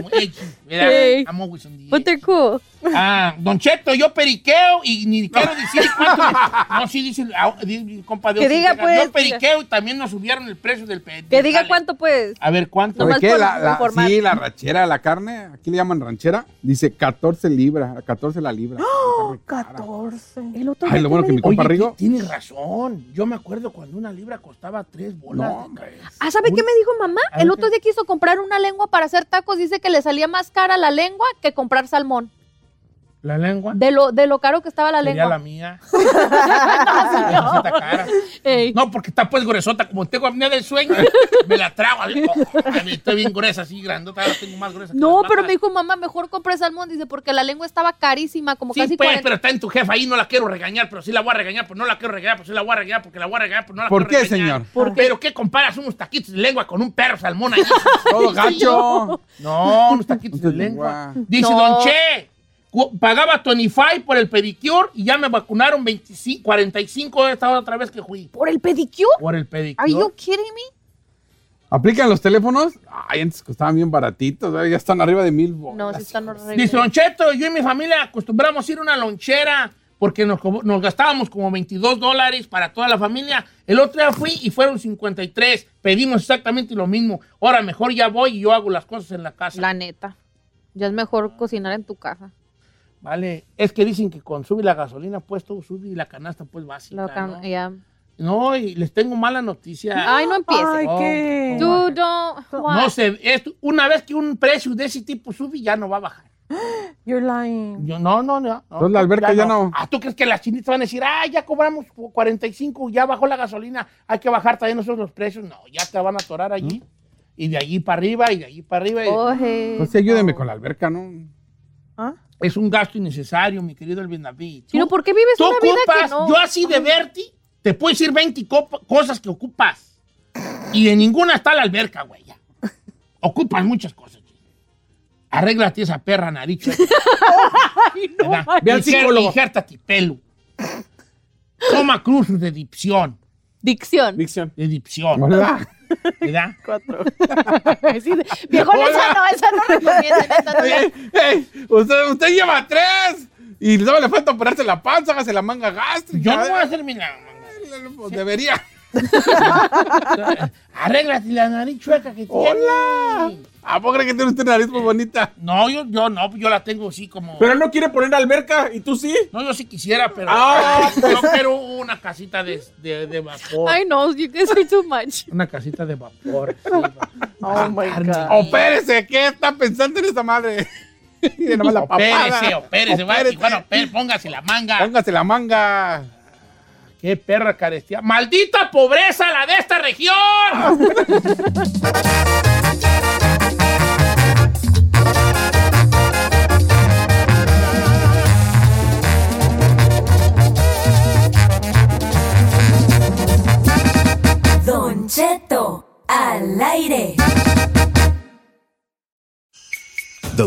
S1: little edgy. Mira,
S2: Hey.
S1: I'm always on the
S2: But
S1: edge.
S2: they're cool.
S1: Ah, Don Cheto, yo periqueo y ni quiero decir cuánto. me- No, sí dice ah, di- mi compa de
S2: Que
S1: Austin,
S2: diga,
S1: Texas, Yo
S2: pues,
S1: periqueo y también nos subieron el precio del pe-
S2: Que
S1: del
S2: diga
S1: jale.
S2: cuánto pues.
S1: A ver, ¿cuánto?
S2: Nomás
S3: ¿Sabe qué?
S2: por
S3: La, la-
S2: informar.
S3: sí, la ranchera, la carne, aquí le llaman ranchera, dice 14 libras, 14 la libra.
S2: ¡Oh!
S3: Está re cara.
S5: 14.
S2: El otro
S3: Ay,
S2: día
S3: lo bueno que
S2: me
S3: mi
S2: dijo-
S3: compa
S1: ti-
S3: Rigo.
S1: tienes razón. Yo me acuerdo cuando una libra costaba tres bolas.
S3: No,
S1: de
S3: hombre.
S1: cabeza.
S2: Ah, ¿sabe qué me dijo mamá?
S1: A
S2: El
S1: ver,
S2: otro día quiso comprar una lengua para hacer tacos. Dice que le salía más cara la lengua que comprar salmón.
S1: La lengua.
S2: De lo, de lo caro que estaba la
S1: Sería
S2: lengua.
S1: la mía. *laughs* Gruesota cara.
S2: Ey.
S1: No, porque está pues gruesota. Como tengo apnea del sueño, me la trago. al- Ay, Estoy bien gruesa, así grandota. Ahora tengo más gruesa. que
S2: No,
S1: las
S2: pero
S1: patas.
S2: me dijo mamá, mejor compré salmón. Dice, porque la lengua estaba carísima, como
S1: Sí,
S2: casi
S1: pues,
S2: 40.
S1: pero está en tu jefa ahí, no la quiero regañar, pero sí la voy a regañar, pues no la quiero regañar, pues sí la voy a regañar, porque la voy a regañar, pues no la
S3: ¿Por
S1: quiero
S3: qué,
S1: regañar.
S3: señor?
S1: ¿Por qué? ¿Pero qué comparas unos taquitos de lengua con un perro salmón ahí?
S3: *laughs* Todo ¡Oh, gacho.
S1: *laughs* No, unos taquitos de
S3: Entonces,
S1: lengua.
S3: guau.
S1: Dice
S2: No.
S1: Don Che, cu- pagaba 25 por el pedicure y ya me vacunaron 25, 45 esta otra vez que fui.
S2: ¿Por el pedicure?
S1: Por el
S2: ¿Are you
S1: pedicure.
S2: kidding me?
S3: ¿Aplican los teléfonos? Ay, antes costaban bien baratitos, ¿eh? ya están arriba de mil bolas.
S2: No, sí están
S1: Dice
S2: horribles.
S1: Don Cheto, yo y mi familia acostumbramos ir a una lonchera porque nos, co- nos gastábamos como 22 dólares para toda la familia. El otro día fui y fueron 53. Pedimos exactamente lo mismo. Ahora mejor ya voy y yo hago las cosas en la casa.
S2: La neta. Ya es mejor cocinar en tu casa.
S1: Vale, es que dicen que con sube la gasolina pues todo sube y la canasta pues básica,
S2: Lo que-
S1: ¿no?
S2: ya.
S1: No, y les tengo mala noticia.
S2: Ay, no empieces.
S5: Ay,
S1: No,
S5: qué.
S1: no
S2: Tú
S1: baja.
S2: don't.
S1: No se, esto- una vez que un precio de ese tipo sube, ya no va a bajar.
S5: You're
S1: *laughs*
S5: lying.
S1: Yo, no, no, no. no
S3: Entonces la alberca ya no.
S1: Ah, ¿tú crees que las chinitas van a decir, ah, ya cobramos 45, ya bajó la gasolina, hay que bajar también nosotros los precios? No, ya te van a atorar allí.
S3: ¿Mm?
S1: Y de allí para arriba, y de allí para arriba. y-
S2: Oh. Oje.
S3: Pues sí, ayúdeme con la alberca, ¿no?
S5: ¿Ah?
S1: Es un gasto innecesario, mi querido Elvin David.
S2: Sino, ¿por qué vives
S1: Tú
S2: Pues, una vida que
S1: ocupas,
S2: no?
S1: yo así de verte, te puedo decir 20 copa- cosas que ocupas. Y en ninguna está la alberca, güey. ya. Ocupas muchas cosas. chico. Arréglate esa perra nariz. ¿verdad?
S3: Ve al
S1: Injer-
S3: psicólogo.
S1: Injértate pelo. Toma cruces de dicción.
S2: Dicción.
S4: Dicción.
S1: De dicción,
S3: Hola.
S1: ¿verdad?
S5: Cuatro.
S2: Sí, de- Viejo, esa no, esa no recomiendan, esa no.
S3: *laughs* Ey, ey, usted, usted lleva tres y luego le falta operarse la panza, hágase la manga gástrica.
S1: Yo no voy a hacer mi la-
S3: Pues debería.
S1: Arréglate la nariz chueca que tienes.
S3: Hola. ¿A poco cree Ah, que tiene usted nariz muy bonita?
S1: No, yo, yo no, yo la tengo así como...
S4: Pero él no quiere poner alberca y tú sí.
S1: No, yo sí quisiera, pero
S4: Ah,
S1: yo quiero una casita de, de, de vapor.
S2: I know, you guys are too much.
S1: Una casita de vapor. sí,
S5: *laughs* Oh my
S1: Ah.
S5: God.
S3: Opérese, ¿qué está pensando en esa madre? *laughs* Mire nomás la papada.
S1: Opérese, opérese, va a
S3: Opérese.
S1: Tijuana, opérese, póngase la manga.
S3: Póngase la manga.
S1: Qué perra carestía. ¡Maldita pobreza la de esta región!
S5: *laughs*
S6: Don Cheto al aire.
S7: The